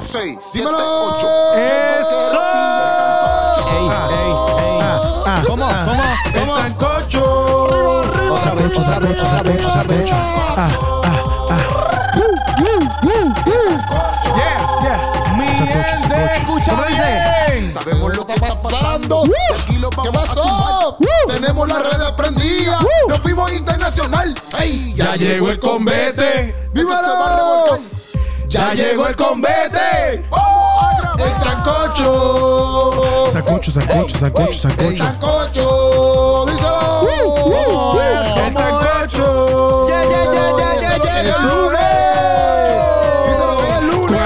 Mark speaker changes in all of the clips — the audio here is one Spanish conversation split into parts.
Speaker 1: 6,
Speaker 2: Dímelo.
Speaker 1: 8.
Speaker 3: Eh.
Speaker 4: ¡Eso!
Speaker 3: Ey, ey, ey. ¿Cómo? ¿Cómo?
Speaker 4: El
Speaker 3: ¿Cómo?
Speaker 4: sancocho.
Speaker 3: Sacocho, sacocho, sacocho, sacocho. Ah, ah, ah.
Speaker 4: Yeah, yeah. Mi
Speaker 3: Sancocho,
Speaker 4: gente,
Speaker 3: sancocho.
Speaker 4: escucha
Speaker 3: ¿Cómo dice?
Speaker 4: bien.
Speaker 2: Sabemos lo que está pasando. De aquí lo
Speaker 1: ¿Qué
Speaker 2: vamos a zumbar.
Speaker 1: pasó?
Speaker 2: Tenemos las redes prendidas. Nos fuimos internacional. Ey,
Speaker 4: Ya llegó el convete.
Speaker 2: Dímelo.
Speaker 1: Se va a revolcar.
Speaker 4: Ya llegó el convete.
Speaker 2: El sancocho.
Speaker 3: Sacocho, sacocho, sacocho,
Speaker 2: El
Speaker 3: sacocho.
Speaker 2: sancocho. Díselo.
Speaker 4: El sancocho.
Speaker 3: Ya, ya, ya, ya, ya, ya,
Speaker 4: Es
Speaker 3: ya.
Speaker 4: lunes.
Speaker 2: Díselo que es lunes.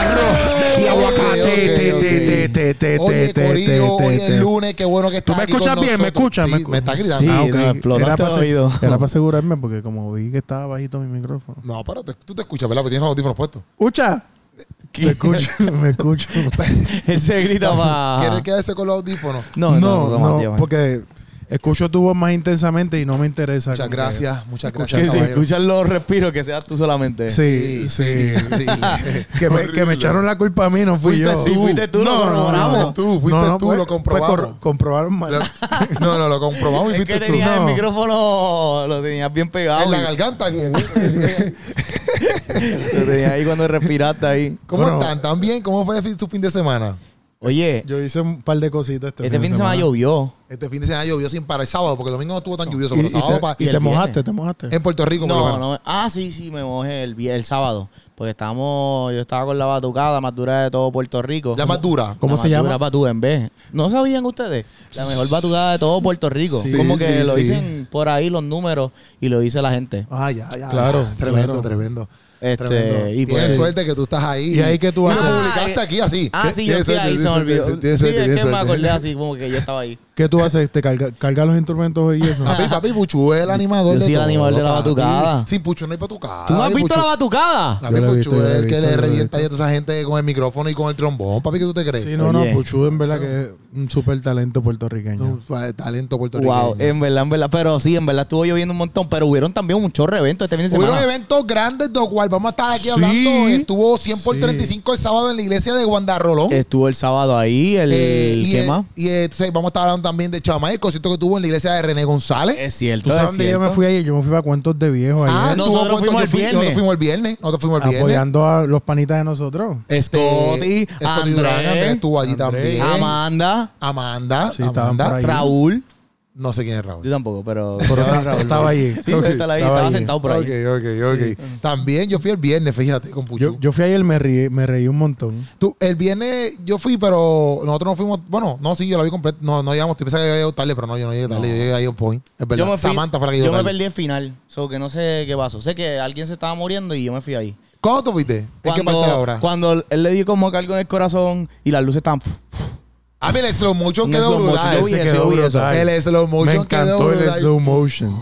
Speaker 3: Cuerro y aguacate.
Speaker 1: Ok, ok,
Speaker 3: Te, te, te, te, te,
Speaker 1: Oye,
Speaker 3: te,
Speaker 1: Corillo,
Speaker 3: te,
Speaker 1: hoy
Speaker 3: te,
Speaker 1: es
Speaker 3: te.
Speaker 1: lunes, qué bueno que
Speaker 3: ¿Tú
Speaker 1: estás
Speaker 3: me
Speaker 1: aquí con
Speaker 3: escuchas bien? ¿Me
Speaker 1: nosotros.
Speaker 3: escuchas?
Speaker 1: Sí, me está gritando.
Speaker 3: Sí, Ah, ok. no, explotaste Era para el se- oído.
Speaker 4: Era para asegurarme porque como vi que estaba bajito mi micrófono.
Speaker 2: No, pero te- tú te escuchas, ¿verdad? Porque tienes los audífonos puestos.
Speaker 4: ¡Ucha! Me escucho, me escucho.
Speaker 3: Él se grita
Speaker 2: ¿Quieres
Speaker 3: más.
Speaker 2: quedarse con los audífonos?
Speaker 3: No, no, no, Matías,
Speaker 4: porque escucho tu voz más intensamente y no me interesa.
Speaker 2: Muchas
Speaker 4: como que-
Speaker 2: gracias, muchas gracias.
Speaker 3: Que si
Speaker 2: caballero.
Speaker 3: escuchas los respiros, que seas tú solamente.
Speaker 4: Sí, sí.
Speaker 2: horrible.
Speaker 4: que, me, que me
Speaker 2: Horrible.
Speaker 4: echaron la culpa a mí, no fui
Speaker 2: Fuiste
Speaker 4: yo.
Speaker 2: tú. Sí, fuiste
Speaker 3: tú, lo corroboramos.
Speaker 2: Fuiste tú, fuiste tú,
Speaker 4: pues,
Speaker 2: lo comprobamos.
Speaker 4: cor- comprobaron mal.
Speaker 2: Lo- No, no, lo comprobamos y
Speaker 3: Es que
Speaker 2: viste tú.
Speaker 3: tenías
Speaker 4: No.
Speaker 3: el micrófono, lo tenías bien pegado.
Speaker 2: En la
Speaker 3: y-
Speaker 2: garganta. en- este, en-
Speaker 3: lo tenías ahí cuando respiraste ahí.
Speaker 2: ¿Cómo
Speaker 4: Bueno.
Speaker 2: están? ¿Tan bien? ¿Cómo fue tu fin de semana?
Speaker 3: Oye,
Speaker 4: Yo hice un par de cositas este,
Speaker 3: este fin de semana llovió.
Speaker 2: Este fin de semana llovió sin parar el sábado, porque el domingo no estuvo tan lluvioso,
Speaker 4: Y,
Speaker 2: pero
Speaker 4: y
Speaker 2: sábado pa-
Speaker 4: te, y
Speaker 3: y
Speaker 4: te
Speaker 3: el
Speaker 4: mojaste,
Speaker 3: viernes.
Speaker 4: te mojaste.
Speaker 2: en Puerto Rico, por lo
Speaker 3: No,
Speaker 2: menos.
Speaker 3: no. Ah, sí, sí, me mojé el, vier- el sábado. Porque estábamos, yo estaba con la batucada más dura de todo Puerto Rico.
Speaker 2: La más dura.
Speaker 4: ¿Cómo
Speaker 3: La
Speaker 4: se
Speaker 3: más
Speaker 4: llama?
Speaker 3: dura batuca en vez. ¿No sabían ustedes? La mejor batucada de todo Puerto Rico.
Speaker 2: Sí,
Speaker 3: Como que
Speaker 2: sí,
Speaker 3: lo
Speaker 2: sí.
Speaker 3: dicen por ahí los números y lo dice la gente.
Speaker 2: Ah, ya, ya.
Speaker 4: Claro,
Speaker 2: Tremendo,
Speaker 4: claro.
Speaker 2: tremendo.
Speaker 3: Este,
Speaker 2: tremendo.
Speaker 3: y
Speaker 2: Tienes
Speaker 3: pues-
Speaker 2: suerte que tú estás ahí.
Speaker 4: ¿Y ahí qué tú
Speaker 2: Y
Speaker 4: haces?
Speaker 2: lo
Speaker 3: Ah,
Speaker 2: publicaste
Speaker 3: eh.
Speaker 2: aquí así.
Speaker 3: Ah, sí, yo
Speaker 2: Tienes
Speaker 3: fui
Speaker 2: suerte,
Speaker 3: ahí, se me
Speaker 2: tienes
Speaker 3: olvidó.
Speaker 2: suerte, tienes
Speaker 3: Sí,
Speaker 2: suerte,
Speaker 3: es
Speaker 2: tienes
Speaker 3: que me
Speaker 2: suerte.
Speaker 3: acordé así, como que yo estaba ahí.
Speaker 4: ¿Qué tú haces? ¿Te carga- cargas los instrumentos y eso?
Speaker 2: Papi, papi, Puchu es el animador
Speaker 3: Yo
Speaker 2: de
Speaker 3: soy el
Speaker 2: todo,
Speaker 3: animador de la
Speaker 2: papi.
Speaker 3: batucada.
Speaker 2: Sin Puchu no hay batucada.
Speaker 3: ¿Tú no has
Speaker 2: Papi,
Speaker 3: visto
Speaker 2: Puchu-
Speaker 3: la batucada?
Speaker 2: Papi,
Speaker 4: Yo lo he
Speaker 2: Puchu
Speaker 4: visto, yo
Speaker 2: es
Speaker 4: lo he
Speaker 2: el que
Speaker 4: visto,
Speaker 2: le
Speaker 4: yo lo he
Speaker 2: revienta
Speaker 4: visto.
Speaker 2: y a toda esa gente con el micrófono y con el trombón. Papi, ¿qué tú te crees?
Speaker 4: Sí, no,
Speaker 3: Oye.
Speaker 4: no, Puchu en verdad que es un súper talento puertorriqueño.
Speaker 2: Un suave talento puertorriqueño.
Speaker 3: Wow, en verdad, en verdad. Pero sí, en verdad estuvo lloviendo un montón. Pero hubieron también un chorro de eventos este fin de semana.
Speaker 2: Hubieron eventos grandes, de los cuales vamos a estar aquí
Speaker 4: Sí.
Speaker 2: hablando. Estuvo 100 por
Speaker 4: Sí.
Speaker 2: 35 el sábado en la iglesia de Guandarrolón.
Speaker 3: Estuvo el sábado ahí, el,
Speaker 2: Eh,
Speaker 3: el
Speaker 2: y,
Speaker 3: ¿qué
Speaker 2: eh,
Speaker 3: más?
Speaker 2: y eh, entonces vamos a estar hablando también de Chama, el concierto que tuvo en la iglesia de René González.
Speaker 3: Es cierto,
Speaker 4: ¿Tú sabes
Speaker 3: es
Speaker 4: dónde yo
Speaker 3: cierto.
Speaker 4: me fui ayer? Yo me fui para cuentos de viejo
Speaker 2: ah,
Speaker 4: ayer.
Speaker 3: no,
Speaker 2: estuvo
Speaker 3: nosotros
Speaker 2: cuánto-
Speaker 3: fuimos
Speaker 2: yo
Speaker 3: el
Speaker 2: fui-
Speaker 3: viernes.
Speaker 2: Nosotros fuimos el viernes. Nosotros fuimos el viernes.
Speaker 4: apoyando a los panitas de nosotros.
Speaker 2: Este,
Speaker 3: Scotty,
Speaker 2: Scotty Durán,
Speaker 3: Andrés,
Speaker 2: Andrés estuvo allí
Speaker 4: Andrés.
Speaker 2: también.
Speaker 3: Amanda,
Speaker 2: Amanda.
Speaker 4: Sí, estaban por
Speaker 2: Amanda.
Speaker 4: ahí.
Speaker 3: Raúl.
Speaker 2: No sé quién es Raúl.
Speaker 3: Yo tampoco, pero.
Speaker 4: Pero
Speaker 3: estaba
Speaker 4: estaba- estaba allí.
Speaker 3: Sí, pues, estaba
Speaker 4: Ok,
Speaker 3: ahí,
Speaker 4: estaba
Speaker 3: estaba
Speaker 4: allí.
Speaker 3: sentado por ahí.
Speaker 2: Ok, ok, ok. También yo fui el viernes, fíjate, con Puchu.
Speaker 4: Yo, yo fui ayer, me reí, me reí un montón.
Speaker 2: Tú, el viernes yo fui, pero nosotros no fuimos. Bueno, no, sí, yo la vi completa. No, no llegamos. Tú pensabas que yo llegué tarde, pero no, yo no llegué tarde. Yo llegué ahí a un point. Es verdad.
Speaker 3: Yo me fui,
Speaker 2: Samantha fue la que
Speaker 3: yo
Speaker 2: llegó
Speaker 3: me
Speaker 2: tarde.
Speaker 3: perdí el final, so que no sé qué pasó. Sé que alguien se estaba muriendo y yo me fui ahí.
Speaker 2: ¿Cuándo tú fuiste? ¿En qué parte de la hora?
Speaker 3: cuando él le dio como que algo en el corazón y las luces estaban.
Speaker 2: Ah, mira, el slow motion
Speaker 3: Un
Speaker 2: quedó
Speaker 3: slow motion.
Speaker 2: brutal.
Speaker 3: Yo vi
Speaker 2: Ese
Speaker 3: eso,
Speaker 2: quedó
Speaker 3: yo vi eso.
Speaker 2: brutal. El slow
Speaker 4: Me
Speaker 2: motion
Speaker 4: encantó
Speaker 2: quedó
Speaker 4: el
Speaker 2: brutal.
Speaker 4: slow motion.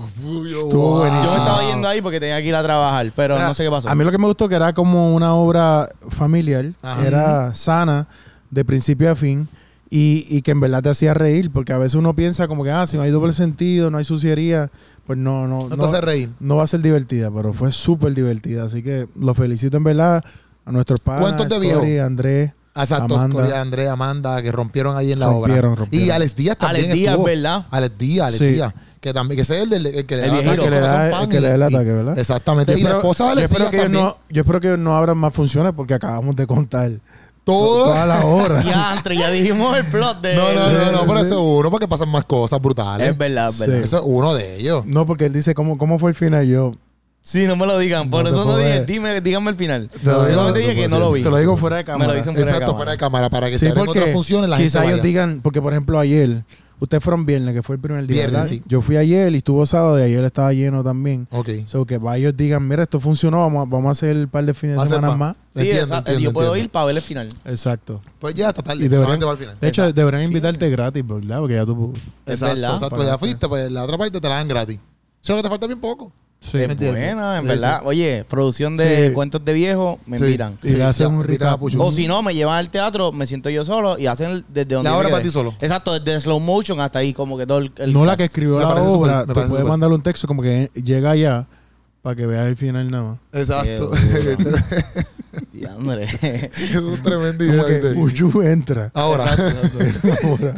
Speaker 4: Estuvo
Speaker 2: Wow.
Speaker 4: buenísimo.
Speaker 3: Yo me estaba
Speaker 2: Ah.
Speaker 3: yendo ahí porque tenía que ir a trabajar, pero
Speaker 4: Era-
Speaker 3: no sé qué pasó.
Speaker 4: Ah, A mí lo que me gustó que era como una obra familiar,
Speaker 2: Ajá.
Speaker 4: era sana de principio a fin y, y que en verdad te hacía reír, porque a veces uno piensa como que, ah, si no hay doble sentido, no hay suciería, pues no, no,
Speaker 2: No te hace reír.
Speaker 4: no va a ser divertida, pero fue súper divertida, así que lo felicito en verdad a nuestros padres.
Speaker 2: Cuentos de viejo.
Speaker 4: Andrés.
Speaker 2: Exacto,
Speaker 4: Amanda.
Speaker 2: Corea, Andrea, Amanda, que rompieron ahí en la
Speaker 4: Rompieron,
Speaker 2: obra.
Speaker 4: rompieron.
Speaker 2: Y Alex Díaz también.
Speaker 3: Alex Díaz,
Speaker 2: estuvo.
Speaker 3: ¿verdad?
Speaker 2: Alex Díaz, Alex
Speaker 4: Sí.
Speaker 2: Díaz. Que también, que ese es el, del- el que le
Speaker 3: El
Speaker 2: da
Speaker 3: viejito.
Speaker 2: ataque
Speaker 3: El
Speaker 4: que le da-
Speaker 2: corazón,
Speaker 4: el
Speaker 2: pan
Speaker 4: que
Speaker 2: y-
Speaker 4: le da el
Speaker 2: y-
Speaker 4: ataque, ¿verdad?
Speaker 2: Exactamente.
Speaker 4: Yo
Speaker 2: y la
Speaker 4: espero-
Speaker 2: esposa de
Speaker 4: yo
Speaker 2: Alex
Speaker 4: espero
Speaker 2: Díaz
Speaker 4: que ellos
Speaker 2: también.
Speaker 4: no, yo espero que ellos no abran más funciones porque acabamos de contar
Speaker 2: Todo.
Speaker 4: toda la hora.
Speaker 3: Ya, entre, ya dijimos el plot de.
Speaker 2: No, no, no, no, pero eso es uno, porque pasan más cosas brutales.
Speaker 3: Es verdad, es verdad.
Speaker 4: Sí.
Speaker 2: Eso es uno de ellos.
Speaker 4: No, porque él dice, ¿cómo, cómo fue el final? Yo,
Speaker 3: Sí, no me lo digan. Por
Speaker 4: No te
Speaker 3: eso no
Speaker 4: puedo
Speaker 3: dije,
Speaker 4: ver.
Speaker 3: dime, díganme el final.
Speaker 4: Te lo
Speaker 3: No,
Speaker 4: digo-
Speaker 3: solamente dije
Speaker 2: no
Speaker 3: que
Speaker 2: puedo
Speaker 3: no lo
Speaker 2: decir,
Speaker 3: vi.
Speaker 4: te lo digo fuera de cámara.
Speaker 3: Me lo dicen fuera de
Speaker 2: Exacto,
Speaker 3: cámara.
Speaker 2: fuera de cámara, para que
Speaker 4: Sí,
Speaker 2: se hagan otras
Speaker 4: porque
Speaker 2: funciones, la gente
Speaker 4: quizás ellos
Speaker 2: vaya.
Speaker 4: digan, porque por ejemplo ayer, ustedes fueron viernes, que fue el primer día,
Speaker 2: Viernes,
Speaker 4: ¿verdad?
Speaker 2: sí.
Speaker 4: Yo fui ayer y estuvo sábado y ayer estaba lleno también.
Speaker 2: Ok.
Speaker 4: So que va, ellos digan, mira, esto funcionó, vamos a, vamos a hacer un par de fines
Speaker 2: Va a
Speaker 4: de
Speaker 2: ser
Speaker 4: semana
Speaker 2: más.
Speaker 4: más.
Speaker 3: Sí,
Speaker 2: Entiendo,
Speaker 3: exacto.
Speaker 2: entiendo,
Speaker 3: yo puedo
Speaker 2: entiendo.
Speaker 3: ir para ver el final.
Speaker 4: Exacto.
Speaker 2: Pues ya, hasta tarde.
Speaker 4: Y deberían-
Speaker 2: solamente va al final.
Speaker 4: de hecho,
Speaker 3: Exacto.
Speaker 4: deberían invitarte gratis, ¿verdad? Porque ya tú...
Speaker 3: Es
Speaker 2: Exacto,
Speaker 3: verdad.
Speaker 2: exacto.
Speaker 4: Para
Speaker 2: Ya
Speaker 4: que-
Speaker 2: fuiste, pues la otra parte te la dan gratis. Solo te falta bien poco.
Speaker 4: Sí.
Speaker 3: es
Speaker 2: entiendo.
Speaker 3: buena, en
Speaker 2: Sí,
Speaker 3: verdad. Oye, producción de
Speaker 4: Sí.
Speaker 3: cuentos de viejo, me
Speaker 2: Sí.
Speaker 3: invitan. Oh,
Speaker 4: Y le hacen un
Speaker 2: ya, invitan a
Speaker 4: recap.
Speaker 2: Puchu.
Speaker 3: O si no, me llevan al teatro, me siento yo solo y hacen desde donde.
Speaker 2: La
Speaker 3: yo
Speaker 2: obra
Speaker 3: me
Speaker 2: para
Speaker 3: quedé.
Speaker 2: ti solo.
Speaker 3: Exacto, desde slow motion hasta ahí, como que todo el. el
Speaker 4: no la
Speaker 3: cast.
Speaker 4: que escribió
Speaker 2: Me
Speaker 4: la
Speaker 2: parece súper,
Speaker 4: obra,
Speaker 2: me
Speaker 4: te
Speaker 2: parece
Speaker 4: puede
Speaker 2: súper.
Speaker 4: mandarle un texto como que eh, llega allá para que veas el final nada más.
Speaker 2: Exacto.
Speaker 3: Qué duro. Diandre.
Speaker 2: Eso es tremendo idea,
Speaker 4: Como que
Speaker 2: ¿viste?
Speaker 4: Uyu entra.
Speaker 2: Ahora,
Speaker 3: Exacto, exacto.
Speaker 4: Ahora.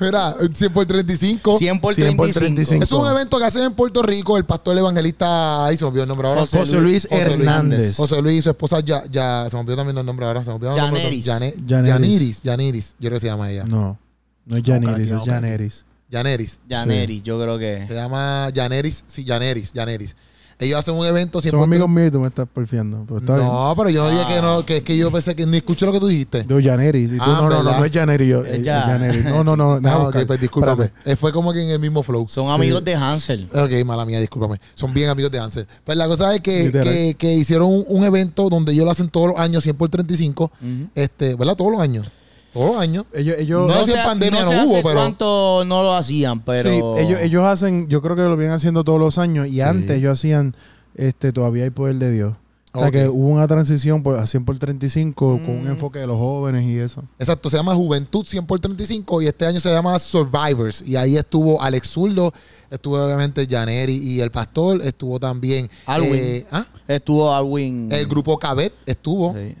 Speaker 2: mira, 100 por 35.
Speaker 3: 100 por
Speaker 4: 100
Speaker 3: 35.
Speaker 4: por 35.
Speaker 2: Es un evento que hacen en Puerto Rico el pastor evangelista, ahí se me olvidó el nombre ahora.
Speaker 3: José
Speaker 4: José Luis
Speaker 2: José Luis
Speaker 4: Hernández.
Speaker 2: José Luis y su esposa ya, ya se me olvidó también el nombre ahora, se me olvidó el nombre.
Speaker 3: Yaneris.
Speaker 2: Jane-
Speaker 4: Yaneris.
Speaker 2: Yaniris, Yaniris, yo creo que se llama ella.
Speaker 4: No, no es Janeris,
Speaker 2: No,
Speaker 4: es Janeris.
Speaker 2: Yaneris.
Speaker 3: Janeri, yo creo que.
Speaker 2: Se llama Yaneris, sí, Yaneris, Yaneris. Ellos hacen un evento
Speaker 4: Son
Speaker 2: 100
Speaker 4: amigos míos y tú me estás porfiando. Pero está bien.
Speaker 2: No, pero yo no dije
Speaker 3: Ah.
Speaker 2: que no, que es que yo pensé que ni escuché lo que tú dijiste.
Speaker 4: Yo, Janeris. Y tú,
Speaker 2: Ah,
Speaker 4: no, no, no,
Speaker 2: ¿verdad?
Speaker 4: no es Janeris. Yo,
Speaker 3: Es
Speaker 4: es
Speaker 3: ya.
Speaker 4: Janeris. No, no, no.
Speaker 2: Ah,
Speaker 4: déjame
Speaker 2: ok,
Speaker 4: buscar.
Speaker 2: pues discúlpame.
Speaker 4: Espérate.
Speaker 2: Eh, Fue como que en el mismo flow.
Speaker 3: Son
Speaker 4: Sí.
Speaker 3: amigos de Hansel.
Speaker 2: Ok, mala mía, discúlpame. Son bien amigos de Ansel. Pues la cosa es que,
Speaker 4: Literal.
Speaker 2: que, que hicieron un, un evento donde ellos lo hacen todos los años, 100 por 35.
Speaker 3: Ujú.
Speaker 2: Este, ¿Verdad? Todos los años. Todos los años.
Speaker 4: Ellos, ellos,
Speaker 2: No, si en pandemia no
Speaker 3: sé
Speaker 2: hubo,
Speaker 3: hace
Speaker 2: pero-
Speaker 3: cuánto no lo hacían, pero.
Speaker 4: Sí, ellos, ellos hacen, yo creo que lo vienen haciendo todos los años y antes ellos hacían, este, todavía hay poder de Dios. O sea
Speaker 2: Ok.
Speaker 4: que hubo una transición por, a 100 por 35 con un
Speaker 3: Mm.
Speaker 4: enfoque de los jóvenes y eso.
Speaker 2: Exacto, se llama Juventud 100 por 35 y este año se llama Survivors. Y ahí estuvo Alex Zurdo, estuvo obviamente Janeri y el pastor, estuvo también
Speaker 3: Alwin.
Speaker 2: eh, ¿ah?
Speaker 3: Estuvo Alwin.
Speaker 2: el grupo Cabet, estuvo.
Speaker 3: Sí.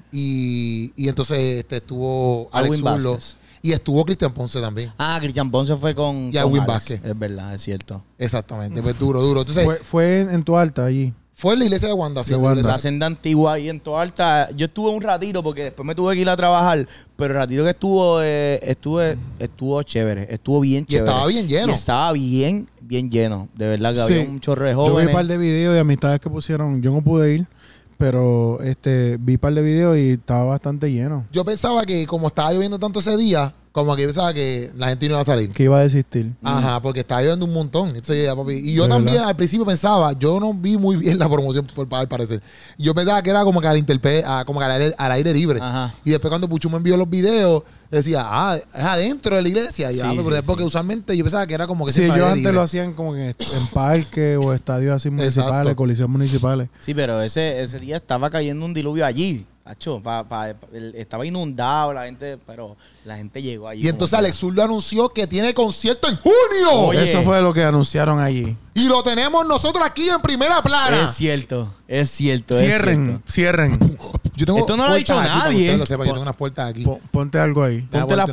Speaker 2: Y, y entonces este, estuvo Alex
Speaker 3: Alwin
Speaker 2: Zurdo.
Speaker 3: Vázquez.
Speaker 2: Y estuvo Cristian Ponce también.
Speaker 3: Ah, Cristian Ponce fue con.
Speaker 2: Y
Speaker 3: con
Speaker 2: Alwin
Speaker 3: Alex.
Speaker 2: Vázquez.
Speaker 3: Es verdad, es cierto.
Speaker 2: Exactamente, fue duro, duro. Entonces,
Speaker 4: Fue,
Speaker 2: fue,
Speaker 4: fue en, en tu alta allí.
Speaker 2: en la iglesia de Wanda, sí,
Speaker 4: De
Speaker 2: en la iglesia-
Speaker 3: La senda antigua ahí en Toa Alta. Yo estuve un ratito porque después me tuve que ir a trabajar, pero el ratito que estuvo, eh, estuve, estuvo chévere, estuvo bien
Speaker 2: Y
Speaker 3: chévere.
Speaker 2: estaba bien lleno.
Speaker 3: Y estaba bien, bien lleno. De verdad que
Speaker 4: Sí.
Speaker 3: había un chorro de
Speaker 4: Yo vi
Speaker 3: jóvenes.
Speaker 4: un par de videos y amistades que pusieron, yo no pude ir, pero este vi un par de videos y estaba bastante lleno.
Speaker 2: Yo pensaba que como estaba lloviendo tanto ese día, como que pensaba que la gente no iba a salir.
Speaker 4: Que iba a desistir.
Speaker 2: Ajá, porque estaba lloviendo un montón. Entonces, ya, papi, Y yo
Speaker 4: ¿De
Speaker 2: también
Speaker 4: verdad?
Speaker 2: al principio pensaba, yo no vi muy bien la promoción, por, al parecer. Yo pensaba que era como que al, interpe- ah, como que al, aire, al aire libre.
Speaker 3: Ajá.
Speaker 2: Y después cuando Puchu me envió los videos, decía, ah, es adentro de la iglesia. Y,
Speaker 3: Sí,
Speaker 2: ah, pero
Speaker 3: sí,
Speaker 2: es porque usualmente yo pensaba que era
Speaker 3: Pues
Speaker 2: como que
Speaker 4: Sí,
Speaker 2: siempre al aire
Speaker 4: ellos antes
Speaker 2: libre.
Speaker 4: lo hacían como que en, en parques o estadios así municipales,
Speaker 2: Exacto.
Speaker 4: coliseos municipales.
Speaker 3: Sí, pero ese, ese día estaba cayendo un diluvio allí. Acho, pa- pa- el- estaba inundado la gente, pero la gente llegó allí.
Speaker 2: Y
Speaker 3: como
Speaker 2: entonces
Speaker 3: quiera.
Speaker 2: Alex Zurdo anunció que tiene concierto en junio.
Speaker 3: Oye.
Speaker 4: Eso fue lo que anunciaron allí.
Speaker 2: Y lo tenemos nosotros aquí en primera plana.
Speaker 3: Es cierto, es cierto. es
Speaker 4: Cierren,
Speaker 3: cierto.
Speaker 4: cierren.
Speaker 2: Yo tengo
Speaker 3: Esto no lo
Speaker 2: puertas
Speaker 3: ha dicho
Speaker 2: aquí, para que
Speaker 3: nadie.
Speaker 2: ustedes lo sepan, yo
Speaker 3: Pon-
Speaker 2: tengo unas puertas aquí.
Speaker 4: Pon- Ponte algo ahí.
Speaker 3: ponte las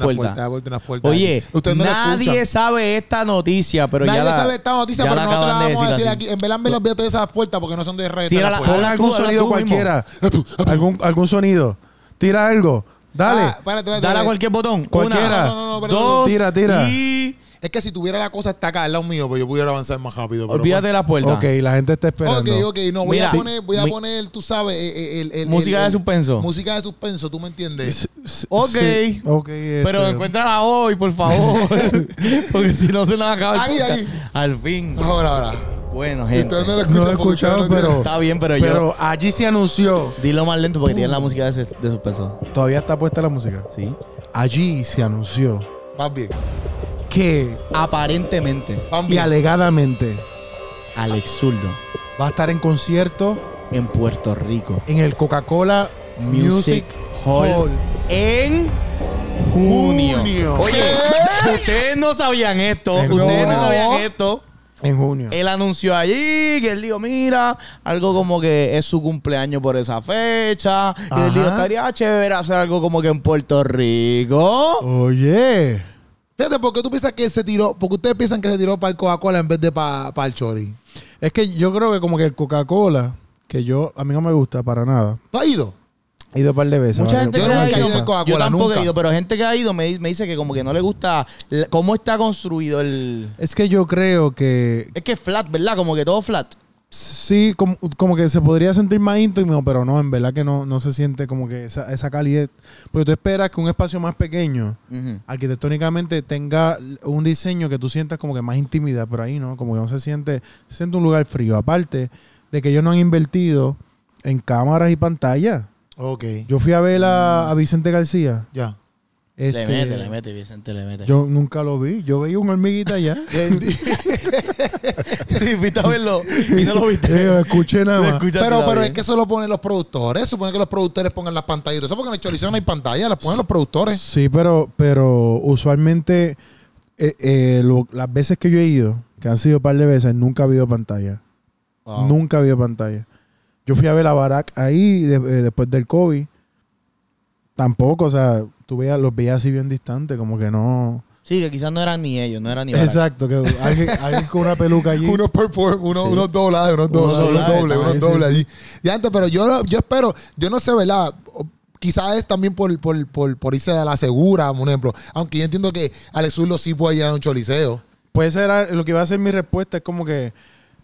Speaker 3: puertas. Oye, nadie sabe esta noticia, pero
Speaker 2: Nadie
Speaker 3: ya la-
Speaker 2: sabe esta noticia,
Speaker 3: ya
Speaker 2: pero no te la
Speaker 3: acaban de
Speaker 2: vamos a decir
Speaker 3: así.
Speaker 2: aquí. En verdad, en verdad, olvídate de esas puertas porque no son de radio.
Speaker 3: Sí, era la-
Speaker 4: Pon
Speaker 3: Habla
Speaker 4: algún
Speaker 3: tú, habla
Speaker 4: sonido
Speaker 3: tú mismo.
Speaker 4: cualquiera. algún, algún sonido. Tira algo.
Speaker 2: Ah,
Speaker 3: Ah,
Speaker 4: Dale.
Speaker 3: Dale a cualquier botón. Una,
Speaker 4: Cualquiera.
Speaker 2: No, no, no, pero-
Speaker 3: dos,
Speaker 4: Tira, tira.
Speaker 3: Y
Speaker 2: Es que si tuviera la cosa hasta acá al lado mío, pues yo pudiera avanzar más rápido. pero
Speaker 3: olvídate de la puerta.
Speaker 4: ok, la gente está esperando.
Speaker 2: Ok, ok, no, voy
Speaker 3: Mira,
Speaker 2: a poner, voy a
Speaker 3: mi-
Speaker 2: poner, tú sabes, eh, eh, el, el-
Speaker 3: Música
Speaker 2: el-
Speaker 3: de
Speaker 2: el-
Speaker 3: suspenso.
Speaker 2: Música de suspenso, tú me entiendes.
Speaker 4: S- s-
Speaker 3: Ok.
Speaker 4: sí, ok,
Speaker 3: Pero
Speaker 4: este,
Speaker 3: encuéntrala hoy, por favor. Porque si no se nos acaba. el
Speaker 2: Ahí,
Speaker 3: podcast.
Speaker 2: ahí.
Speaker 3: Al fin.
Speaker 2: Ahora, ahora.
Speaker 3: Bueno,
Speaker 2: Ah. Y
Speaker 3: gente.
Speaker 2: ustedes no lo
Speaker 4: No lo
Speaker 2: escuchan porque ustedes
Speaker 4: escucharon,
Speaker 2: no tienen-
Speaker 4: pero-
Speaker 3: Está bien, pero, yo.
Speaker 4: Pero allí se anunció.
Speaker 3: Dilo más lento porque tiene la música de, de suspenso.
Speaker 4: Todavía está puesta la música.
Speaker 3: Sí.
Speaker 4: Allí se anunció
Speaker 2: Vas bien,
Speaker 4: que
Speaker 3: Aparentemente,
Speaker 2: vas
Speaker 4: y
Speaker 2: bien.
Speaker 4: alegadamente
Speaker 3: Alex Zurdo
Speaker 4: va a estar en concierto
Speaker 3: en Puerto Rico.
Speaker 4: en el Coca-Cola Music,
Speaker 3: Music
Speaker 4: Hall.
Speaker 3: Hall. En junio.
Speaker 4: Junio.
Speaker 3: Oye, ustedes no sabían esto.
Speaker 4: En
Speaker 3: Ustedes no
Speaker 2: junio.
Speaker 3: sabían esto.
Speaker 4: En junio.
Speaker 3: Él anunció allí que él dijo, mira, algo como que es su cumpleaños por esa fecha. Y él dijo,
Speaker 4: Ajá.
Speaker 3: estaría chévere hacer algo como que en Puerto Rico.
Speaker 4: Oye.
Speaker 2: Fíjate, ¿por qué tú piensas que se tiró? Porque ustedes piensan que se tiró para el Coca-Cola en vez de para el Chori.
Speaker 4: Es que yo creo que como que el Coca-Cola, que yo a mí no me gusta para nada,
Speaker 2: ¿Tú has ido?
Speaker 4: he ido un par de veces.
Speaker 3: Mucha
Speaker 4: ¿vale?
Speaker 3: gente
Speaker 2: Yo
Speaker 3: que
Speaker 2: nunca
Speaker 3: ha
Speaker 2: he ido
Speaker 3: ido,
Speaker 2: al
Speaker 3: yo
Speaker 2: Coca-Cola,
Speaker 3: tampoco
Speaker 2: nunca.
Speaker 3: he ido, pero gente que ha ido me, me dice que como que no le gusta la- cómo está construido el...
Speaker 4: Es que yo creo que
Speaker 3: Es que es flat, ¿verdad? Como que todo flat.
Speaker 4: sí, como, como que se podría sentir más íntimo, pero no, en verdad que no, no se siente como que esa, esa calidez. Porque tú esperas que un espacio más pequeño
Speaker 3: Ujú.
Speaker 4: arquitectónicamente tenga un diseño que tú sientas como que más intimidad por ahí, ¿no? Como que no se siente, se siente un lugar frío. Aparte de que ellos no han invertido en cámaras y pantallas.
Speaker 2: Ok.
Speaker 4: Yo fui a ver a, a Vicente García.
Speaker 2: Ya.
Speaker 4: Este,
Speaker 3: Le mete, le mete, Vicente, le mete.
Speaker 4: Yo nunca lo vi. Yo veía una hormiguita allá.
Speaker 3: Viste a verlo y no lo viste.
Speaker 4: Eh, escuché nada
Speaker 3: Lo
Speaker 4: más.
Speaker 3: escuchaste
Speaker 2: pero,
Speaker 3: nada
Speaker 2: pero es
Speaker 3: bien.
Speaker 2: que eso lo ponen los productores. Supone que los productores pongan las pantallas. y todo Eso porque en el Chorizón no hay pantalla, las ponen los productores.
Speaker 4: Sí, pero, pero usualmente eh, eh, lo- las veces que yo he ido, que han sido un par de veces, nunca ha habido pantalla.
Speaker 3: Wow.
Speaker 4: Nunca ha habido pantalla. Yo fui a ver a Barack ahí de- eh, después del COVID. Tampoco, o sea, tú veías, los veías así bien distantes, como que no.
Speaker 3: Sí, que quizás no eran ni ellos, no eran ni Barack.
Speaker 4: Exacto, que alguien, alguien con una peluca allí.
Speaker 2: Unos perform, unos,
Speaker 4: Sí.
Speaker 2: unos doblados, unos
Speaker 4: Unos
Speaker 2: doblados, unos
Speaker 4: doblajes,
Speaker 2: dobles, unos
Speaker 4: sí,
Speaker 2: dobles
Speaker 4: sí,
Speaker 2: allí. Y antes, pero yo, yo espero, yo no sé, ¿verdad? O- Quizás es también por, por, por, por irse a la segura, por ejemplo. Aunque yo entiendo que Alex Zurdo sí puede llegar a un choliseo.
Speaker 4: Pues esa era lo que iba a ser mi respuesta. Es como que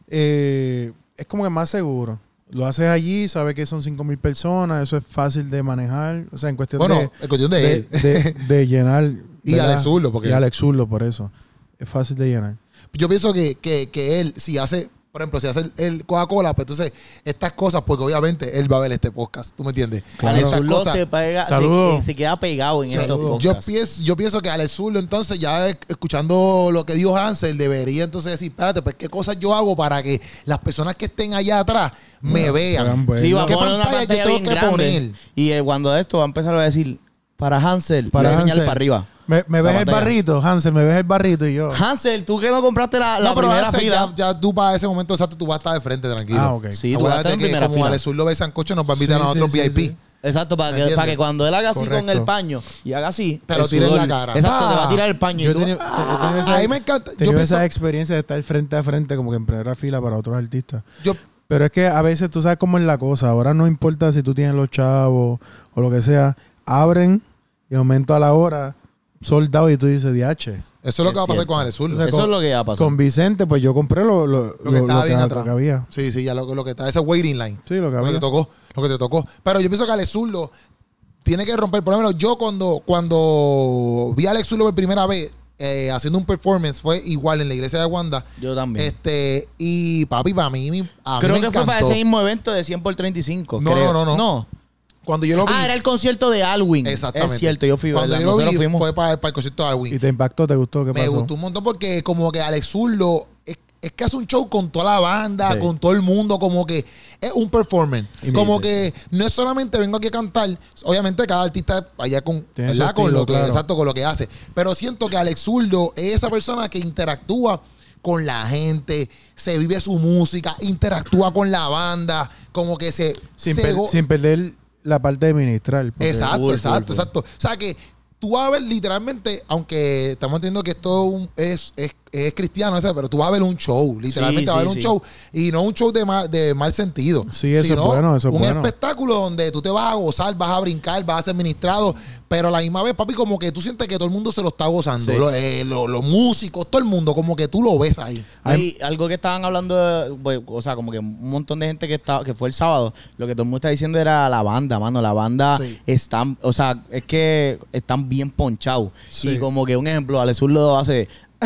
Speaker 4: eh, es como que más seguro. Lo haces allí, sabes que son 5.000 personas, eso es fácil de manejar. O sea, en cuestión
Speaker 2: Bueno,
Speaker 4: de,
Speaker 2: es cuestión de,
Speaker 4: de,
Speaker 2: él.
Speaker 4: de- de llenar.
Speaker 2: Y
Speaker 4: ¿verdad?
Speaker 2: Alex Zurdo, porque-
Speaker 4: Y Alex Zurdo, por eso. Es fácil de llenar.
Speaker 2: Yo pienso que, que, que él, si hace, por ejemplo, si hace el, el Coca-Cola, pues entonces estas cosas, porque obviamente él va a ver este podcast, ¿tú me entiendes?
Speaker 3: Alex
Speaker 2: Estas
Speaker 3: Zurdo
Speaker 2: cosas-
Speaker 3: se, pega- se,
Speaker 4: Saludos.
Speaker 3: se queda pegado en
Speaker 2: O sea,
Speaker 3: estos
Speaker 2: yo,
Speaker 3: podcasts.
Speaker 2: pienso, yo pienso que Alex Zurdo, entonces, ya e- escuchando lo que dijo Hansel, debería entonces decir, espérate, pues, ¿qué cosas yo hago para que las personas que estén allá atrás me vean?
Speaker 4: puedan ver.
Speaker 3: Sí, va a
Speaker 2: ¿Qué
Speaker 3: poner una
Speaker 2: pantalla yo
Speaker 3: pantalla
Speaker 2: tengo
Speaker 3: bien
Speaker 2: que
Speaker 3: grande.
Speaker 2: poner?
Speaker 3: Y eh, cuando esto va a empezar a decir, para Hansel,
Speaker 4: Para
Speaker 3: para señal
Speaker 4: Hansel.
Speaker 3: para arriba.
Speaker 4: ¿Me, me
Speaker 3: La
Speaker 4: ves el
Speaker 3: pantalla.
Speaker 4: barrito, Hansel? ¿Me ves el barrito? Y yo.
Speaker 3: Hansel, tú que no compraste la, la
Speaker 2: no, pero
Speaker 3: primera
Speaker 2: Hansel,
Speaker 3: fila.
Speaker 2: ya, ya tú para ese momento exacto, tú vas a estar de frente, tranquilo.
Speaker 4: Ah, ok.
Speaker 3: Sí, tú vas a estar
Speaker 2: Acuérdate
Speaker 3: en
Speaker 2: que
Speaker 3: primera
Speaker 2: como
Speaker 3: fila.
Speaker 2: Alex Zurdo ve Sancocho, nos va a invitar
Speaker 4: Sí,
Speaker 2: a nosotros
Speaker 4: sí, sí,
Speaker 2: VIP.
Speaker 4: sí.
Speaker 3: Exacto, para que,
Speaker 2: ¿Entiendes?
Speaker 3: para que cuando él haga así con
Speaker 4: Correcto.
Speaker 3: el paño y haga así,
Speaker 2: Te lo
Speaker 3: el
Speaker 2: tire en
Speaker 3: sudor-
Speaker 2: la cara.
Speaker 3: Exacto, te va
Speaker 2: Ah.
Speaker 3: a tirar el paño.
Speaker 4: Yo
Speaker 3: y tú,
Speaker 4: he tenido-
Speaker 3: ah.
Speaker 4: yo he tenido esa-
Speaker 2: A mí me encanta. Yo
Speaker 4: tenido
Speaker 2: pienso,
Speaker 4: esa experiencia de estar frente a frente, como que en primera fila para otros artistas.
Speaker 2: yo,
Speaker 4: Pero es que a veces tú sabes cómo es la cosa. Ahora no importa si tú tienes los chavos o lo que sea. Abren y aumento a la hora, soldado y tú dices, DH.
Speaker 2: eso es lo
Speaker 3: Es
Speaker 2: que va a pasar
Speaker 3: cierto.
Speaker 2: con Alex Zurdo.
Speaker 4: O sea,
Speaker 3: eso
Speaker 4: con-
Speaker 3: es lo que ya pasó.
Speaker 4: Con Vicente, pues yo compré lo, lo,
Speaker 2: que
Speaker 4: lo-
Speaker 2: estaba
Speaker 4: lo
Speaker 2: bien
Speaker 4: lo
Speaker 2: atrás.
Speaker 4: que había.
Speaker 2: Sí, sí, ya lo, lo que está, esa waiting line.
Speaker 4: Sí, lo que
Speaker 2: Lo que
Speaker 4: había.
Speaker 2: te tocó, lo que te tocó. Pero yo pienso que Alex Zurdo tiene que romper. Por lo menos yo cuando, cuando vi a Alex Zurdo por primera vez eh, haciendo un performance fue igual en la iglesia de Wanda.
Speaker 3: Yo también.
Speaker 2: Este, y papi, para mí, mi- a mí
Speaker 3: creo
Speaker 2: me
Speaker 3: que fue
Speaker 2: encantó.
Speaker 3: para ese mismo evento de 100 por 35.
Speaker 2: No,
Speaker 3: creo.
Speaker 2: no, no, no. Cuando yo lo vi,
Speaker 3: Ah, era el concierto de Alwin.
Speaker 2: exactamente.
Speaker 3: Es cierto, yo fui.
Speaker 2: Cuando
Speaker 3: ¿verdad?
Speaker 2: yo lo
Speaker 3: Nosotros
Speaker 2: vi
Speaker 3: fuimos.
Speaker 2: fue para, para el concierto de Alwin.
Speaker 4: ¿Y te impactó? ¿Te gustó? ¿Qué
Speaker 2: Me
Speaker 4: pasó?
Speaker 2: gustó un montón porque como que Alex Zurdo es, es que hace un show con toda la banda,
Speaker 3: Sí.
Speaker 2: con todo el mundo, como que es un performance.
Speaker 3: Sí,
Speaker 2: como
Speaker 3: sí,
Speaker 2: que no es solamente vengo aquí a cantar, obviamente cada artista allá con,
Speaker 4: Tiene su
Speaker 2: ¿verdad? con
Speaker 4: estilo,
Speaker 2: lo que,
Speaker 4: claro.
Speaker 2: exacto, con lo que hace. Pero siento que Alex Zurdo es esa persona que interactúa con la gente, se vive su música, interactúa con la banda, como que se...
Speaker 4: Sin,
Speaker 2: se
Speaker 4: per-
Speaker 2: go-
Speaker 4: sin perder la parte de ministrar. porque-
Speaker 2: Exacto,
Speaker 3: Full, full,
Speaker 2: exacto,
Speaker 3: full.
Speaker 2: exacto. O sea que tú vas a ver literalmente, aunque estamos entendiendo que esto un- es, es, es cristiano, o sea, pero tú vas a ver un show, literalmente
Speaker 3: Sí,
Speaker 2: vas a ver un
Speaker 3: sí, sí.
Speaker 2: show y no un show de mal, de mal sentido.
Speaker 4: Sí, eso es
Speaker 2: sino
Speaker 4: bueno, eso es
Speaker 2: un
Speaker 4: bueno.
Speaker 2: espectáculo donde tú te vas a gozar, vas a brincar, vas a ser ministrado, pero a la misma vez, papi, como que tú sientes que todo el mundo se lo está gozando.
Speaker 3: Sí.
Speaker 2: Lo- eh, lo- los músicos, todo el mundo, como que tú lo ves ahí.
Speaker 3: Hay algo que estaban hablando, de- pues, o sea, como que un montón de gente que estaba, que fue el sábado, lo que todo el mundo está diciendo era la banda, mano, la banda
Speaker 2: Sí.
Speaker 3: están, o sea, es que están bien ponchados.
Speaker 2: Sí.
Speaker 3: Y como que un ejemplo, Alex lo hace,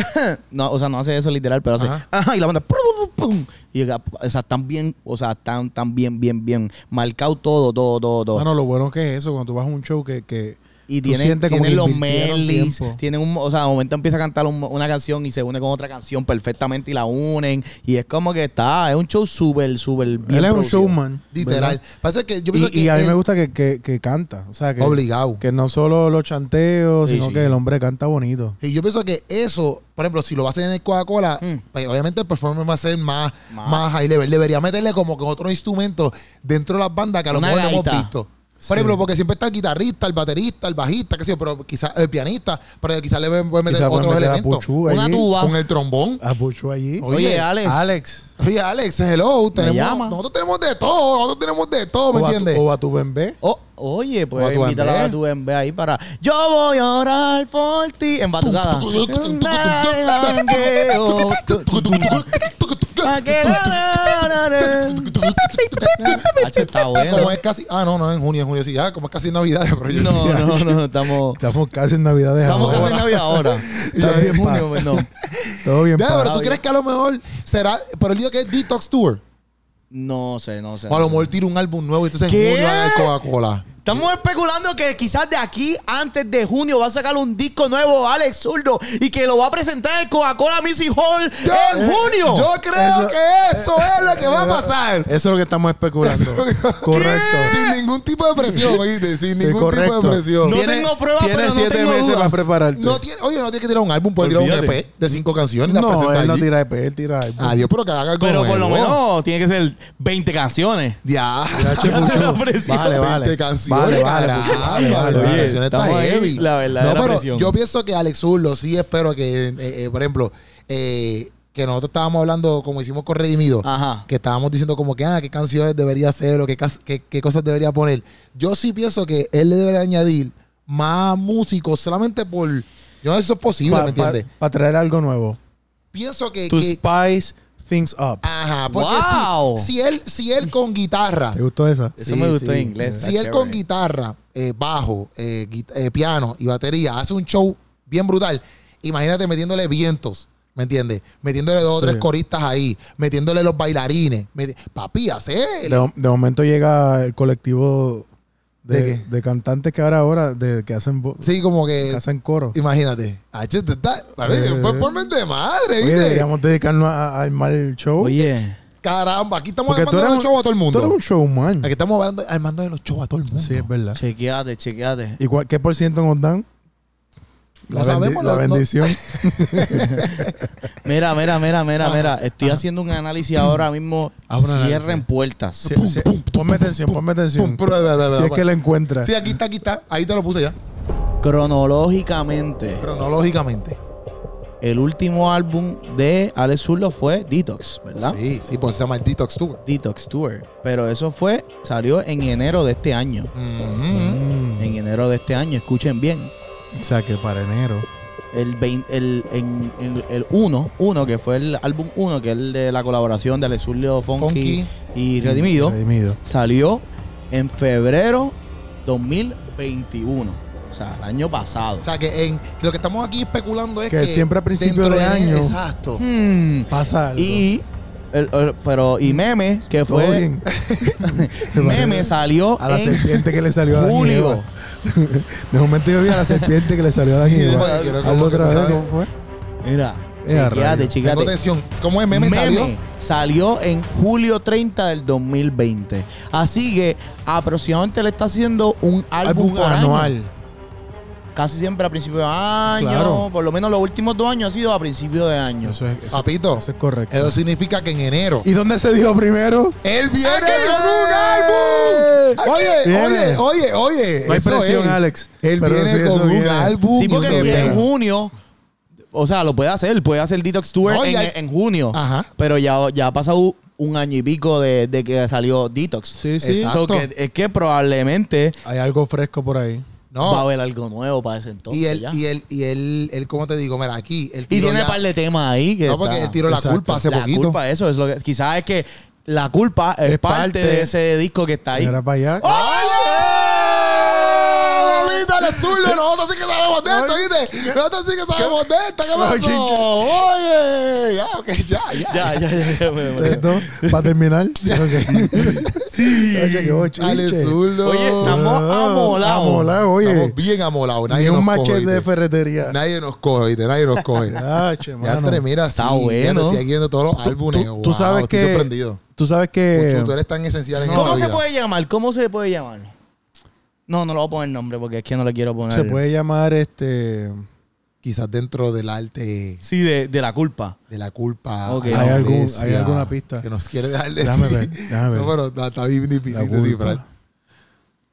Speaker 3: no, o sea, no hace eso literal, pero hace,
Speaker 2: Ajá.
Speaker 3: ajá, y la banda, pum, pum, pum, y, o sea, están bien, o sea, están, están bien, bien, bien, marcado todo, todo, todo, todo.
Speaker 4: Mano, lo bueno que es eso, cuando tú vas a un show que... que
Speaker 3: Y
Speaker 4: tú
Speaker 3: tienen,
Speaker 4: sientes como
Speaker 3: tienen
Speaker 4: que
Speaker 3: los
Speaker 4: invirtieron
Speaker 3: mellis,
Speaker 4: tiempo.
Speaker 3: tienen un, o sea, de momento empieza a cantar un- una canción y se une con otra canción perfectamente y la unen. Y es como que está, es un show súper, súper bien.
Speaker 4: él es un
Speaker 3: producido.
Speaker 4: showman.
Speaker 2: Literal.
Speaker 4: ¿verdad?
Speaker 2: Pasa que yo pienso
Speaker 4: Y,
Speaker 2: que
Speaker 4: y a mí
Speaker 2: él-
Speaker 4: me gusta que, que- que canta. O sea, que,
Speaker 2: obligado.
Speaker 4: que no solo los chanteos,
Speaker 3: Sí,
Speaker 4: sino
Speaker 3: sí,
Speaker 4: que
Speaker 3: sí.
Speaker 4: el hombre canta bonito.
Speaker 2: Y yo pienso que eso, por ejemplo, si lo vas a hacer en el Coca-Cola,
Speaker 3: Mm.
Speaker 2: pues, obviamente el performance va a ser más, más.
Speaker 3: Más.
Speaker 2: high level. Debería meterle como que otro instrumento dentro de las bandas que a lo
Speaker 3: Una
Speaker 2: mejor no hemos
Speaker 3: gaita.
Speaker 2: visto. Por
Speaker 4: Sí.
Speaker 2: ejemplo, porque siempre está el guitarrista, el baterista, el bajista, qué sé yo, pero quizás el pianista, pero quizás le pueden pueden meter
Speaker 4: Quizá pueden
Speaker 2: otros
Speaker 4: meter a
Speaker 2: elementos.
Speaker 4: Puchu
Speaker 3: Una
Speaker 4: allí.
Speaker 3: tuba.
Speaker 2: Con el trombón.
Speaker 4: A Puchu allí.
Speaker 2: Oye,
Speaker 3: Oye, Alex.
Speaker 4: Alex.
Speaker 2: Oye, Alex, hello, tenemos,
Speaker 3: llama.
Speaker 2: nosotros tenemos de todo, nosotros tenemos de todo, ¿me
Speaker 4: o, a tu,
Speaker 2: entiendes?
Speaker 4: o a tu bembé.
Speaker 3: Oh, oye,
Speaker 2: O a
Speaker 3: pues
Speaker 2: tu
Speaker 3: invítala
Speaker 2: Bembé.
Speaker 3: a tu bembe ahí para. Yo voy a orar por ti. En batucada. Hacho, está bueno.
Speaker 2: Como es casi, ah, no, no, en junio, en junio, sí, ya, como es casi Navidad, pero yo-
Speaker 3: No, no, no, estamos.
Speaker 4: Estamos casi en Navidad de
Speaker 3: Estamos casi en Navidad ahora. Estamos en
Speaker 4: bien, pa.
Speaker 3: junio, no.
Speaker 4: Todo bien,
Speaker 2: Ya,
Speaker 4: pa.
Speaker 2: pero tú
Speaker 3: bien.
Speaker 2: crees que a lo mejor será por el día que es Detox Tour.
Speaker 3: No sé, no sé.
Speaker 2: O a lo
Speaker 3: no sé.
Speaker 2: mejor tira un álbum nuevo y entonces en
Speaker 3: ¿Qué?
Speaker 2: junio haga el Coca-Cola.
Speaker 3: Estamos especulando que quizás de aquí, antes de junio, va a sacar un disco nuevo Alex Zurdo y que lo va a presentar en Coca-Cola Music Hall en junio.
Speaker 2: Eh, Yo creo
Speaker 4: Eso-
Speaker 2: que eso es lo que va a pasar.
Speaker 4: Eso es lo que estamos especulando. correcto.
Speaker 2: Sin ningún tipo de presión, oíste. Sin
Speaker 4: Sí,
Speaker 2: ningún tipo de
Speaker 4: correcto.
Speaker 2: presión.
Speaker 3: No tengo pruebas,
Speaker 4: tiene
Speaker 3: pero no
Speaker 4: siete
Speaker 3: tengo
Speaker 4: meses
Speaker 3: dudas.
Speaker 4: para prepararte.
Speaker 2: No tiene, oye, no tiene que tirar un álbum, puede tirar un
Speaker 1: Olvídate.
Speaker 2: EP de cinco canciones. y la
Speaker 4: No,
Speaker 2: presenta
Speaker 4: él no
Speaker 2: allí. Ah,
Speaker 4: tira EP, él tira álbum.
Speaker 2: Adiós, pero que haga algo
Speaker 1: Pero por lo
Speaker 2: nuevo.
Speaker 1: menos tiene que ser 20 canciones.
Speaker 2: Ya.
Speaker 4: Ya, che, Puchu.
Speaker 1: La presión.
Speaker 4: Vale, vale.
Speaker 2: 20 canciones,
Speaker 4: Vale, vale,
Speaker 2: caramba,
Speaker 4: Puchu, vale, vale,
Speaker 2: la
Speaker 1: vale.
Speaker 2: canción está
Speaker 1: Estamos ahí,
Speaker 2: heavy.
Speaker 1: la verdadera
Speaker 2: No, pero
Speaker 1: presión.
Speaker 2: yo pienso que Alex Urlo sí espero que, eh, eh, por ejemplo, eh, que nosotros estábamos hablando, como hicimos con Redimido,
Speaker 3: Ajá.
Speaker 2: que estábamos diciendo como que, ah, qué canciones debería hacer o qué, cas- qué- qué cosas debería poner. Yo sí pienso que él le debería añadir más músicos solamente por... Yo no sé si eso es posible,
Speaker 4: Para
Speaker 2: ¿me entiendes?
Speaker 4: traer algo nuevo.
Speaker 2: Pienso que...
Speaker 4: To
Speaker 2: que- Ah.
Speaker 4: spice things up.
Speaker 2: ajá, porque
Speaker 3: Wow.
Speaker 2: si, si él, si él con guitarra...
Speaker 4: ¿Te gustó esa?
Speaker 3: Eso me gustó en inglés,
Speaker 2: Si
Speaker 3: está
Speaker 2: él
Speaker 3: chévere.
Speaker 2: con guitarra, eh, bajo, eh, gui- eh, piano y batería hace un show bien brutal, imagínate metiéndole vientos, ¿me entiendes? Metiéndole dos o
Speaker 4: Sí.
Speaker 2: tres coristas ahí, metiéndole los bailarines. meti- Papi, hace el-
Speaker 4: De, de momento llega el colectivo de,
Speaker 2: ¿De
Speaker 4: ¿De,
Speaker 2: qué?
Speaker 4: cantantes que ahora ahora de, que hacen vo-
Speaker 2: Sí, como
Speaker 4: que
Speaker 2: que...
Speaker 4: hacen coro.
Speaker 2: Imagínate. Ah, che, te está- papi,
Speaker 4: Eh.
Speaker 2: pues ponme de madre,
Speaker 4: Oye,
Speaker 2: ¿viste?
Speaker 4: deberíamos dedicarnos a, a armar el show.
Speaker 3: Oye.
Speaker 2: Caramba, aquí estamos
Speaker 4: porque tú
Speaker 2: armando
Speaker 4: eres
Speaker 2: los
Speaker 4: un-
Speaker 2: shows a todo el
Speaker 4: Tú eres
Speaker 2: mundo.
Speaker 4: un showman.
Speaker 2: Aquí estamos hablando- armando de los shows a todo el mundo.
Speaker 4: Sí, es verdad.
Speaker 3: Chequeate, chequeate.
Speaker 4: ¿Y cuál- qué por ciento nos dan?
Speaker 2: No
Speaker 4: La bendi-
Speaker 2: sabemos,
Speaker 4: La
Speaker 2: no- no-
Speaker 4: bendición.
Speaker 3: Mira, mira, mira, mira, mira. Estoy haciendo un análisis ahora mismo.
Speaker 4: Ah, un análisis.
Speaker 3: Cierren puertas.
Speaker 4: Sí, sí. Ponme atención, ponme
Speaker 2: Pum,
Speaker 4: atención.
Speaker 2: pru- bla, bla, bla,
Speaker 4: Si es
Speaker 2: bla.
Speaker 4: que la encuentras.
Speaker 2: Sí, aquí está, aquí está. Ahí te lo puse ya.
Speaker 3: Cronológicamente,
Speaker 2: Cronológicamente.
Speaker 3: el último álbum de Alex Zurdo fue Detox, ¿verdad?
Speaker 2: Sí, sí, pues se llama el Detox Tour.
Speaker 3: Detox Tour. Pero eso fue, salió en enero de este año.
Speaker 2: Ujú.
Speaker 4: Mm.
Speaker 3: En enero de este año, escuchen bien.
Speaker 4: O sea que para enero.
Speaker 3: El, 20 el, en- en- el 1, 1, que fue el álbum 1, que es el de la colaboración de Alex Zurdo, Funky,
Speaker 2: Funky.
Speaker 3: y Redimido,
Speaker 4: Redimido.
Speaker 3: salió en febrero 2021. O sea, el año pasado.
Speaker 2: O sea, que en, que lo que estamos aquí especulando es que,
Speaker 4: Que siempre a principio
Speaker 2: dentro
Speaker 4: de año.
Speaker 2: Exacto.
Speaker 3: Hmm.
Speaker 4: Pasa algo.
Speaker 3: Y el- el- pero y meme que
Speaker 4: Todo
Speaker 3: fue
Speaker 4: bien.
Speaker 3: meme salió
Speaker 4: A la
Speaker 3: en
Speaker 4: serpiente que le salió a Dani
Speaker 3: julio.
Speaker 4: Eva. De momento yo vi a la serpiente que le salió a Dani
Speaker 2: Sí,
Speaker 4: Eva.
Speaker 2: oye, quiero como
Speaker 4: Hazlo
Speaker 2: que
Speaker 4: otra
Speaker 2: tú
Speaker 4: vez,
Speaker 2: sabes.
Speaker 4: ¿cómo fue?
Speaker 3: mira
Speaker 4: Ea,
Speaker 3: chequeate
Speaker 4: rayos.
Speaker 2: Tengo
Speaker 3: chequeate
Speaker 2: atención. ¿Cómo es meme,
Speaker 3: meme
Speaker 2: salió?
Speaker 3: salió en julio 30 del 2020 así que aproximadamente le está haciendo un álbum, por año.
Speaker 4: anual.
Speaker 3: casi siempre a principio de año
Speaker 4: Claro.
Speaker 3: por lo menos los últimos dos años ha sido a principio de año
Speaker 4: Eso es, eso,
Speaker 2: Papito,
Speaker 4: eso es correcto.
Speaker 2: eso significa que en enero
Speaker 4: ¿Y dónde se dijo primero?
Speaker 2: él viene
Speaker 3: Aquí
Speaker 2: con un álbum. Oye, oye,
Speaker 4: Viene.
Speaker 2: oye, oye.
Speaker 4: No hay
Speaker 2: eso
Speaker 4: presión,
Speaker 2: es.
Speaker 4: Alex.
Speaker 2: Él
Speaker 4: Pero
Speaker 2: viene
Speaker 4: sí, eso
Speaker 2: con un
Speaker 4: viene.
Speaker 2: álbum.
Speaker 3: sí porque
Speaker 2: y un
Speaker 3: si
Speaker 2: EP.
Speaker 3: en junio o sea lo puede hacer puede hacer detox tour
Speaker 2: No, y
Speaker 3: en,
Speaker 2: hay-
Speaker 3: en junio
Speaker 2: Ajá.
Speaker 3: pero ya, ya ha pasado un año y pico de, de que salió Detox.
Speaker 4: Sí, sí.
Speaker 2: Exacto.
Speaker 3: So que- es que probablemente
Speaker 4: Hay algo fresco por ahí.
Speaker 3: va a
Speaker 2: No.
Speaker 3: haber algo nuevo para ese entonces.
Speaker 2: Y él,
Speaker 3: ya.
Speaker 2: y él, y él, él, ¿cómo te digo? Mira, aquí. Él
Speaker 3: Y
Speaker 2: tiró
Speaker 3: tiene
Speaker 2: ya-
Speaker 3: un par de temas ahí que
Speaker 2: No, porque
Speaker 3: está-
Speaker 2: él tiró la
Speaker 4: Exacto.
Speaker 2: culpa hace
Speaker 3: la
Speaker 2: poquito.
Speaker 3: culpa, eso es lo que quizás es que la culpa es,
Speaker 4: Es
Speaker 3: parte,
Speaker 4: parte.
Speaker 3: de ese disco que está ahí.
Speaker 4: Era para allá.
Speaker 2: ¡Oye! Mamita, le zurdo, nosotros sí que sabemos de esto, ¿viste? Nosotros sí que sabemos de esto, ¿qué pasó? Oye, ya, ok, ya, ya.
Speaker 3: Ya, ya, ya, ya, me-
Speaker 4: Ustedes dos, para terminar. sí. Oye, qué boche.
Speaker 2: Dale zurdo.
Speaker 3: Oye, estamos
Speaker 4: Ah,
Speaker 3: amolados.
Speaker 4: amolados, oye.
Speaker 2: Estamos bien amolados. Nadie
Speaker 4: Ni un
Speaker 2: nos
Speaker 4: machete
Speaker 2: coge,
Speaker 4: de
Speaker 2: ¿viste?
Speaker 4: ferretería.
Speaker 2: Nadie nos coge, ¿viste? Nadie nos coge.
Speaker 4: Ah, che,
Speaker 2: Ya,
Speaker 4: mano.
Speaker 2: entre, mira, sí,
Speaker 3: Está
Speaker 2: ya te
Speaker 3: bueno.
Speaker 2: Estoy aquí viendo todos los
Speaker 4: Tú-
Speaker 2: álbumes.
Speaker 4: tú-
Speaker 2: Wow,
Speaker 4: Tú sabes
Speaker 2: estoy
Speaker 4: que.
Speaker 2: sorprendido.
Speaker 4: Tú sabes
Speaker 2: Puchu, tú
Speaker 4: que.
Speaker 2: eres tan esencial en
Speaker 3: ¿Cómo
Speaker 2: esta
Speaker 3: se
Speaker 2: vida.
Speaker 3: puede llamar? ¿Cómo se puede llamar? No, no lo voy a poner nombre porque es que no le quiero poner.
Speaker 4: Se puede llamar este.
Speaker 2: Quizás dentro del arte
Speaker 3: Sí, de, de la culpa.
Speaker 2: de la culpa.
Speaker 3: Ok.
Speaker 2: a la
Speaker 3: Hay
Speaker 4: algún-
Speaker 2: iglesia
Speaker 4: hay alguna pista.
Speaker 2: Que nos quiere dejar decir.
Speaker 4: Déjame ver, déjame ver.
Speaker 2: No, pero está, está bien
Speaker 4: La
Speaker 2: difícil
Speaker 4: culpa.
Speaker 2: descifrar.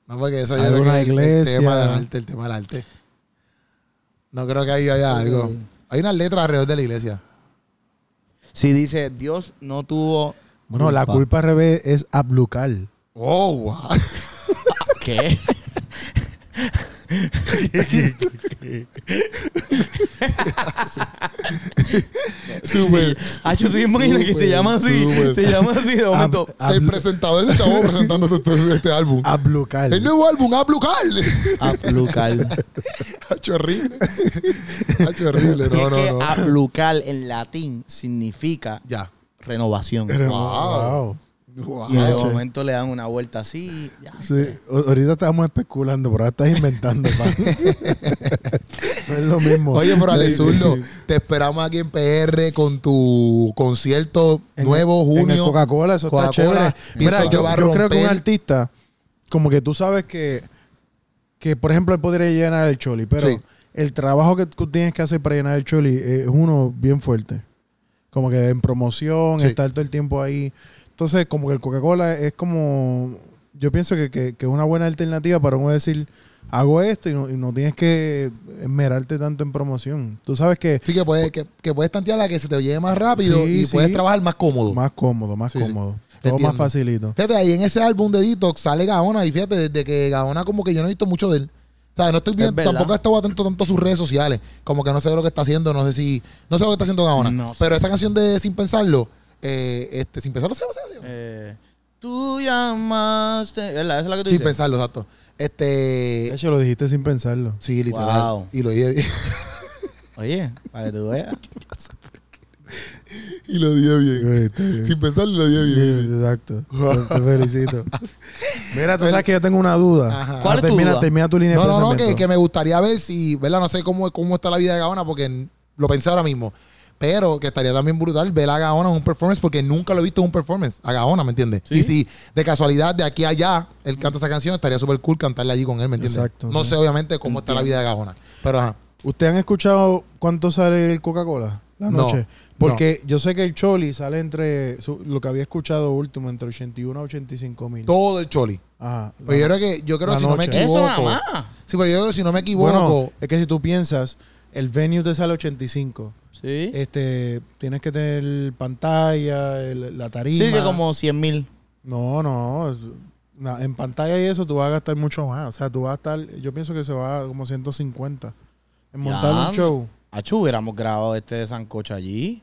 Speaker 2: No, porque eso yo creo
Speaker 4: Alguna
Speaker 2: que es el-
Speaker 4: iglesia.
Speaker 2: el tema del arte, el tema del arte. No creo que ahí haya algo. Hay unas letras alrededor de la iglesia.
Speaker 3: Si dice Dios no tuvo.
Speaker 4: Bueno, la culpa al revés es ablucal.
Speaker 2: Oh, wow.
Speaker 3: ¿Qué?
Speaker 2: Súper.
Speaker 3: Ah, yo sí me imagino que se
Speaker 2: Súper,
Speaker 3: llama así.
Speaker 2: súper.
Speaker 3: Se llama así de momento.
Speaker 4: Ab-
Speaker 2: el
Speaker 4: ablu-
Speaker 2: presentador de ese chavo presentando este, este álbum.
Speaker 4: Ah, Ablucal.
Speaker 2: el nuevo álbum, Ablucal.
Speaker 3: Aplucal.
Speaker 2: Hacho horrible. Hacho horrible.
Speaker 3: y es
Speaker 2: No,
Speaker 3: que
Speaker 2: no, no.
Speaker 3: aplucal en latín significa
Speaker 2: Ya.
Speaker 3: renovación.
Speaker 4: Pero-
Speaker 2: Wow.
Speaker 4: wow.
Speaker 3: Y de
Speaker 4: ok.
Speaker 3: momento le dan una vuelta así. ya.
Speaker 4: Sí, o- ahorita estábamos especulando, pero ahora estás inventando, pa. no es lo mismo.
Speaker 2: Oye, pero Ale
Speaker 4: Sí,
Speaker 2: Zurdo,
Speaker 4: sí.
Speaker 2: te esperamos aquí en PR con tu concierto
Speaker 4: En el-
Speaker 2: nuevo,
Speaker 4: En el
Speaker 2: junio.
Speaker 4: Coca-Cola, eso está
Speaker 2: Coca-Cola,
Speaker 4: chévere.
Speaker 2: pienso
Speaker 4: Mira,
Speaker 2: que
Speaker 4: yo,
Speaker 2: va a
Speaker 4: yo creo que un
Speaker 2: romper.
Speaker 4: artista, como que tú sabes que, que por ejemplo, él podría llenar el choli, pero
Speaker 2: Sí.
Speaker 4: el trabajo que tú tienes que hacer para llenar el choli es uno bien fuerte. Como que en promoción,
Speaker 2: Sí.
Speaker 4: estar todo el tiempo ahí. Entonces, como que el Coca-Cola es como. Yo pienso que, que- que es una buena alternativa para uno decir, hago esto y no, y no tienes que esmerarte tanto en promoción. Tú sabes que
Speaker 2: Sí, que puedes, que, que puedes tantear la que se te lleve más rápido
Speaker 4: Sí,
Speaker 2: y puedes
Speaker 4: sí.
Speaker 2: trabajar más cómodo.
Speaker 4: más cómodo, más
Speaker 2: Uh. Sí, sí.
Speaker 4: cómodo.
Speaker 2: Te
Speaker 4: Todo más
Speaker 2: entiendo.
Speaker 4: facilito.
Speaker 2: Fíjate, ahí en ese álbum de Detox sale Gaona y fíjate, desde que Gaona como que yo no he visto mucho de él. O sea, no estoy viendo,
Speaker 3: verdad.
Speaker 2: tampoco he estado atento tanto a sus redes sociales. Como que no sé lo que está haciendo, no sé si, no sé lo que está haciendo Gaona.
Speaker 3: No sé.
Speaker 2: Pero esa canción de Sin Pensarlo, eh, este, Sin Pensarlo, ¿sí? ¿Cómo se llama?
Speaker 3: Eh, tú llamaste. ¿Verdad? Esa es la que tú
Speaker 2: Sin
Speaker 3: dices.
Speaker 2: Pensarlo, exacto.
Speaker 4: De
Speaker 2: Este,
Speaker 4: hecho, Eh, lo dijiste sin pensarlo.
Speaker 2: sí, literal.
Speaker 3: Wow.
Speaker 2: Y lo dije bien.
Speaker 4: pues.
Speaker 3: Oye, para que tú veas.
Speaker 2: y lo dije bien.
Speaker 4: Sin
Speaker 2: Sin Pensarlo lo dije bien.
Speaker 4: Exacto. Te, te felicito. Mira, tú sabes que yo tengo una duda.
Speaker 2: Ajá.
Speaker 3: ¿Cuál
Speaker 4: Ah,
Speaker 3: es tu
Speaker 4: termina,
Speaker 3: duda?
Speaker 4: termina tu línea
Speaker 2: No,
Speaker 4: de
Speaker 2: no, no, que,
Speaker 4: pensamiento.
Speaker 2: que me gustaría ver si, ¿verdad? No sé cómo, cómo está la vida de Gaona porque n- lo pensé ahora mismo. Pero que estaría también brutal ver a Gaona en un performance porque nunca lo he visto en un performance. A Gaona, ¿me entiendes?
Speaker 3: Sí.
Speaker 2: Y si de casualidad de aquí a allá él canta esa canción, estaría súper cool cantarla allí con él, ¿me entiendes?
Speaker 4: Exacto,
Speaker 2: No
Speaker 4: sí.
Speaker 2: sé, obviamente, cómo está la vida de Gaona. Pero ajá.
Speaker 4: ¿Ustedes han escuchado cuánto sale el Coca-Cola la
Speaker 2: No,
Speaker 4: noche? Porque yo sé que el Choli sale entre, su- lo que había escuchado último, entre 81 a 85 mil.
Speaker 2: Todo el Choli.
Speaker 4: Ajá.
Speaker 2: Pero yo creo que, yo creo
Speaker 4: La
Speaker 2: que si no me
Speaker 4: noche.
Speaker 3: Eso
Speaker 2: equivoco.
Speaker 3: nada más.
Speaker 2: Sí, pero yo creo que si no me equivoco.
Speaker 4: bueno, es que si tú piensas, el venue te sale 85.
Speaker 3: Sí.
Speaker 4: Este, tienes que tener pantalla, el- la tarima.
Speaker 3: sí, que como 100 mil.
Speaker 4: No, no. es- na- en pantalla y eso tú vas a gastar mucho más. O sea, tú vas a estar. Yo pienso que se va a como 150. En montar
Speaker 3: Ya.
Speaker 4: un show.
Speaker 3: Achu, hubiéramos grabado este de Sancocho allí.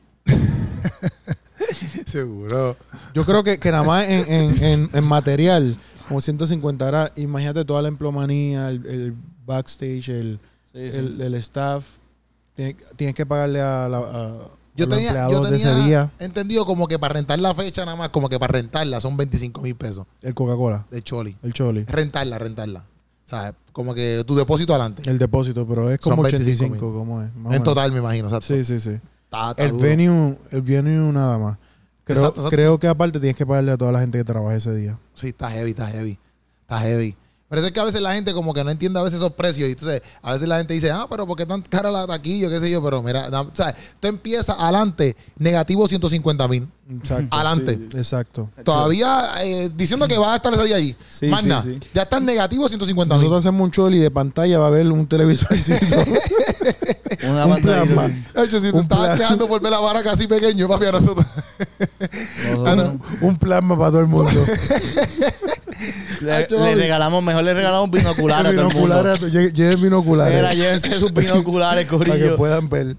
Speaker 2: seguro.
Speaker 4: Yo creo que, que nada más en, en- en- en material, como 150. Ahora, imagínate toda la emplomanía, el, el backstage, el,
Speaker 3: Sí,
Speaker 4: el- el staff. Tiene- Tienes que pagarle a, la, a-
Speaker 2: Yo
Speaker 4: a los
Speaker 2: tenía,
Speaker 4: empleados
Speaker 2: yo
Speaker 4: de ese
Speaker 2: tenía
Speaker 4: día
Speaker 2: entendido como que para rentar la fecha nada más, como que para rentarla son 25 mil pesos
Speaker 4: el Coca-Cola,
Speaker 2: de Choli.
Speaker 4: el Choli,
Speaker 2: rentarla, rentarla. O sea, como que tu depósito adelante.
Speaker 4: el depósito, pero es
Speaker 2: Son
Speaker 4: como
Speaker 2: 25.000.
Speaker 4: 85, como es. más o
Speaker 2: en
Speaker 4: menos.
Speaker 2: total, me imagino. exacto.
Speaker 4: Sí, sí, sí.
Speaker 2: Está- está
Speaker 4: El
Speaker 2: duro.
Speaker 4: venue, el venue nada más. Creo,
Speaker 2: Exacto, exacto.
Speaker 4: creo que aparte tienes que pagarle a toda la gente que trabaja ese día.
Speaker 2: Sí, está heavy, está heavy. Está heavy. Pero es que a veces la gente como que no entiende a veces esos precios. Y entonces, a veces la gente dice, ah, pero ¿por qué tan cara la taquilla? Qué sé yo. Pero mira, na- o sea, tú empiezas adelante, negativo 150 mil.
Speaker 4: Exacto.
Speaker 2: Adelante.
Speaker 4: Exacto.
Speaker 2: Todavía eh, diciendo que va a estar ese día allí.
Speaker 5: Sí,
Speaker 2: Más
Speaker 5: sí,
Speaker 2: nada.
Speaker 5: sí.
Speaker 2: Ya está en negativo 150 mil.
Speaker 4: Nosotros hacemos un choli de pantalla, va a haber un televisorcito,
Speaker 3: Una
Speaker 4: un
Speaker 3: banda
Speaker 4: plasma.
Speaker 2: De hecho, si te
Speaker 4: Un
Speaker 2: estabas
Speaker 4: plan.
Speaker 2: quejando por ver la vara casi pequeño, papi, a nosotros.
Speaker 4: Ah, no, un plasma para todo el mundo.
Speaker 3: Le,
Speaker 2: Achu,
Speaker 3: le
Speaker 2: Bobby.
Speaker 3: regalamos, mejor le regalamos binoculares a todo el mundo.
Speaker 4: Ah, binoculares, a to- lle- lleven
Speaker 3: Era,
Speaker 4: binoculares
Speaker 3: llévense sus binoculares,
Speaker 4: para que
Speaker 3: corillo.
Speaker 4: puedan ver.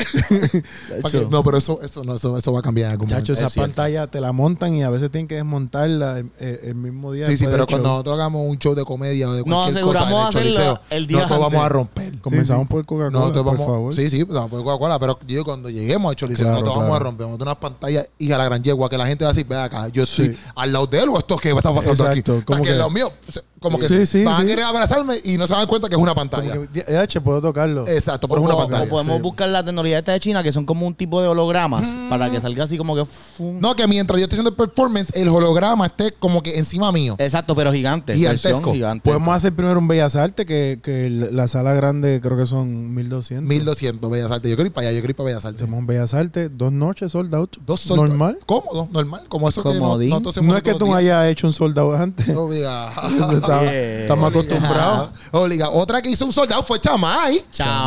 Speaker 2: Pa' que- No, pero eso, eso, no, eso, eso va a cambiar en algún
Speaker 4: Chacho,
Speaker 2: momento.
Speaker 4: esa
Speaker 3: Es cierto.
Speaker 4: pantalla te la montan y a veces tienen que desmontarla el, el- el mismo día.
Speaker 2: Sí, sí,
Speaker 4: después
Speaker 2: pero
Speaker 4: del
Speaker 2: cuando
Speaker 4: show.
Speaker 2: nosotros hagamos un show de comedia o de
Speaker 3: Nos
Speaker 2: cualquier
Speaker 3: aseguramos
Speaker 2: cosa en el
Speaker 3: hacerlo
Speaker 2: Choliseo,
Speaker 3: el día
Speaker 2: nosotros
Speaker 3: antes.
Speaker 2: vamos a romper.
Speaker 4: Comenzamos por Coca-Cola,
Speaker 2: Nosotros
Speaker 4: por
Speaker 2: vamos,
Speaker 4: favor.
Speaker 2: Sí, sí, vamos por Coca-Cola, pero yo cuando lleguemos al Choliseo,
Speaker 4: Claro,
Speaker 2: nosotros vamos
Speaker 4: claro.
Speaker 2: a romper. Vamos a tener una pantalla hija de la gran yegua que la gente va a decir, ve acá, yo estoy
Speaker 4: Sí.
Speaker 2: al lado de él o esto que está pasando
Speaker 4: Exacto,
Speaker 2: aquí. Como
Speaker 4: como
Speaker 2: que,
Speaker 4: que-
Speaker 2: lo mío, o sea, como que
Speaker 4: Sí, sí,
Speaker 2: van
Speaker 4: sí.
Speaker 2: a querer abrazarme y no se dan cuenta que es una
Speaker 4: Como
Speaker 2: pantalla.
Speaker 4: que, "Ya, che, puedo tocarlo.
Speaker 2: Exacto, pero
Speaker 3: O
Speaker 2: es una
Speaker 3: po-
Speaker 2: pantalla.
Speaker 3: o podemos
Speaker 4: sí.
Speaker 3: buscar la tecnología esta de China, que son como un tipo de hologramas, para que salga así como que... fum.
Speaker 2: Mm. No, que mientras yo esté haciendo el performance, el holograma esté como que encima mío.
Speaker 3: Exacto, pero gigante.
Speaker 2: Gigantesco.
Speaker 3: versión Gigante.
Speaker 4: Podemos hacer primero un Bellas Artes, que, que la sala grande creo que son 1200.
Speaker 2: 1200 Bellas Artes. Yo quiero ir para allá, yo quiero ir para Bellas Artes.
Speaker 4: Hacemos un Bellas Artes, dos noches sold out.
Speaker 2: Dos soldados.
Speaker 4: Normal.
Speaker 2: Cómodo, normal. Como eso que no,
Speaker 3: Comodín.
Speaker 2: nosotros hacemos
Speaker 4: No es que
Speaker 2: todos
Speaker 4: tú
Speaker 2: los días.
Speaker 4: hayas hecho un sold out antes. Eso
Speaker 2: Obliga.
Speaker 4: está-
Speaker 3: Yeah.
Speaker 4: Estamos acostumbrados.
Speaker 2: "Ah, Obliga. Otra que hizo un soldado fue Chamay.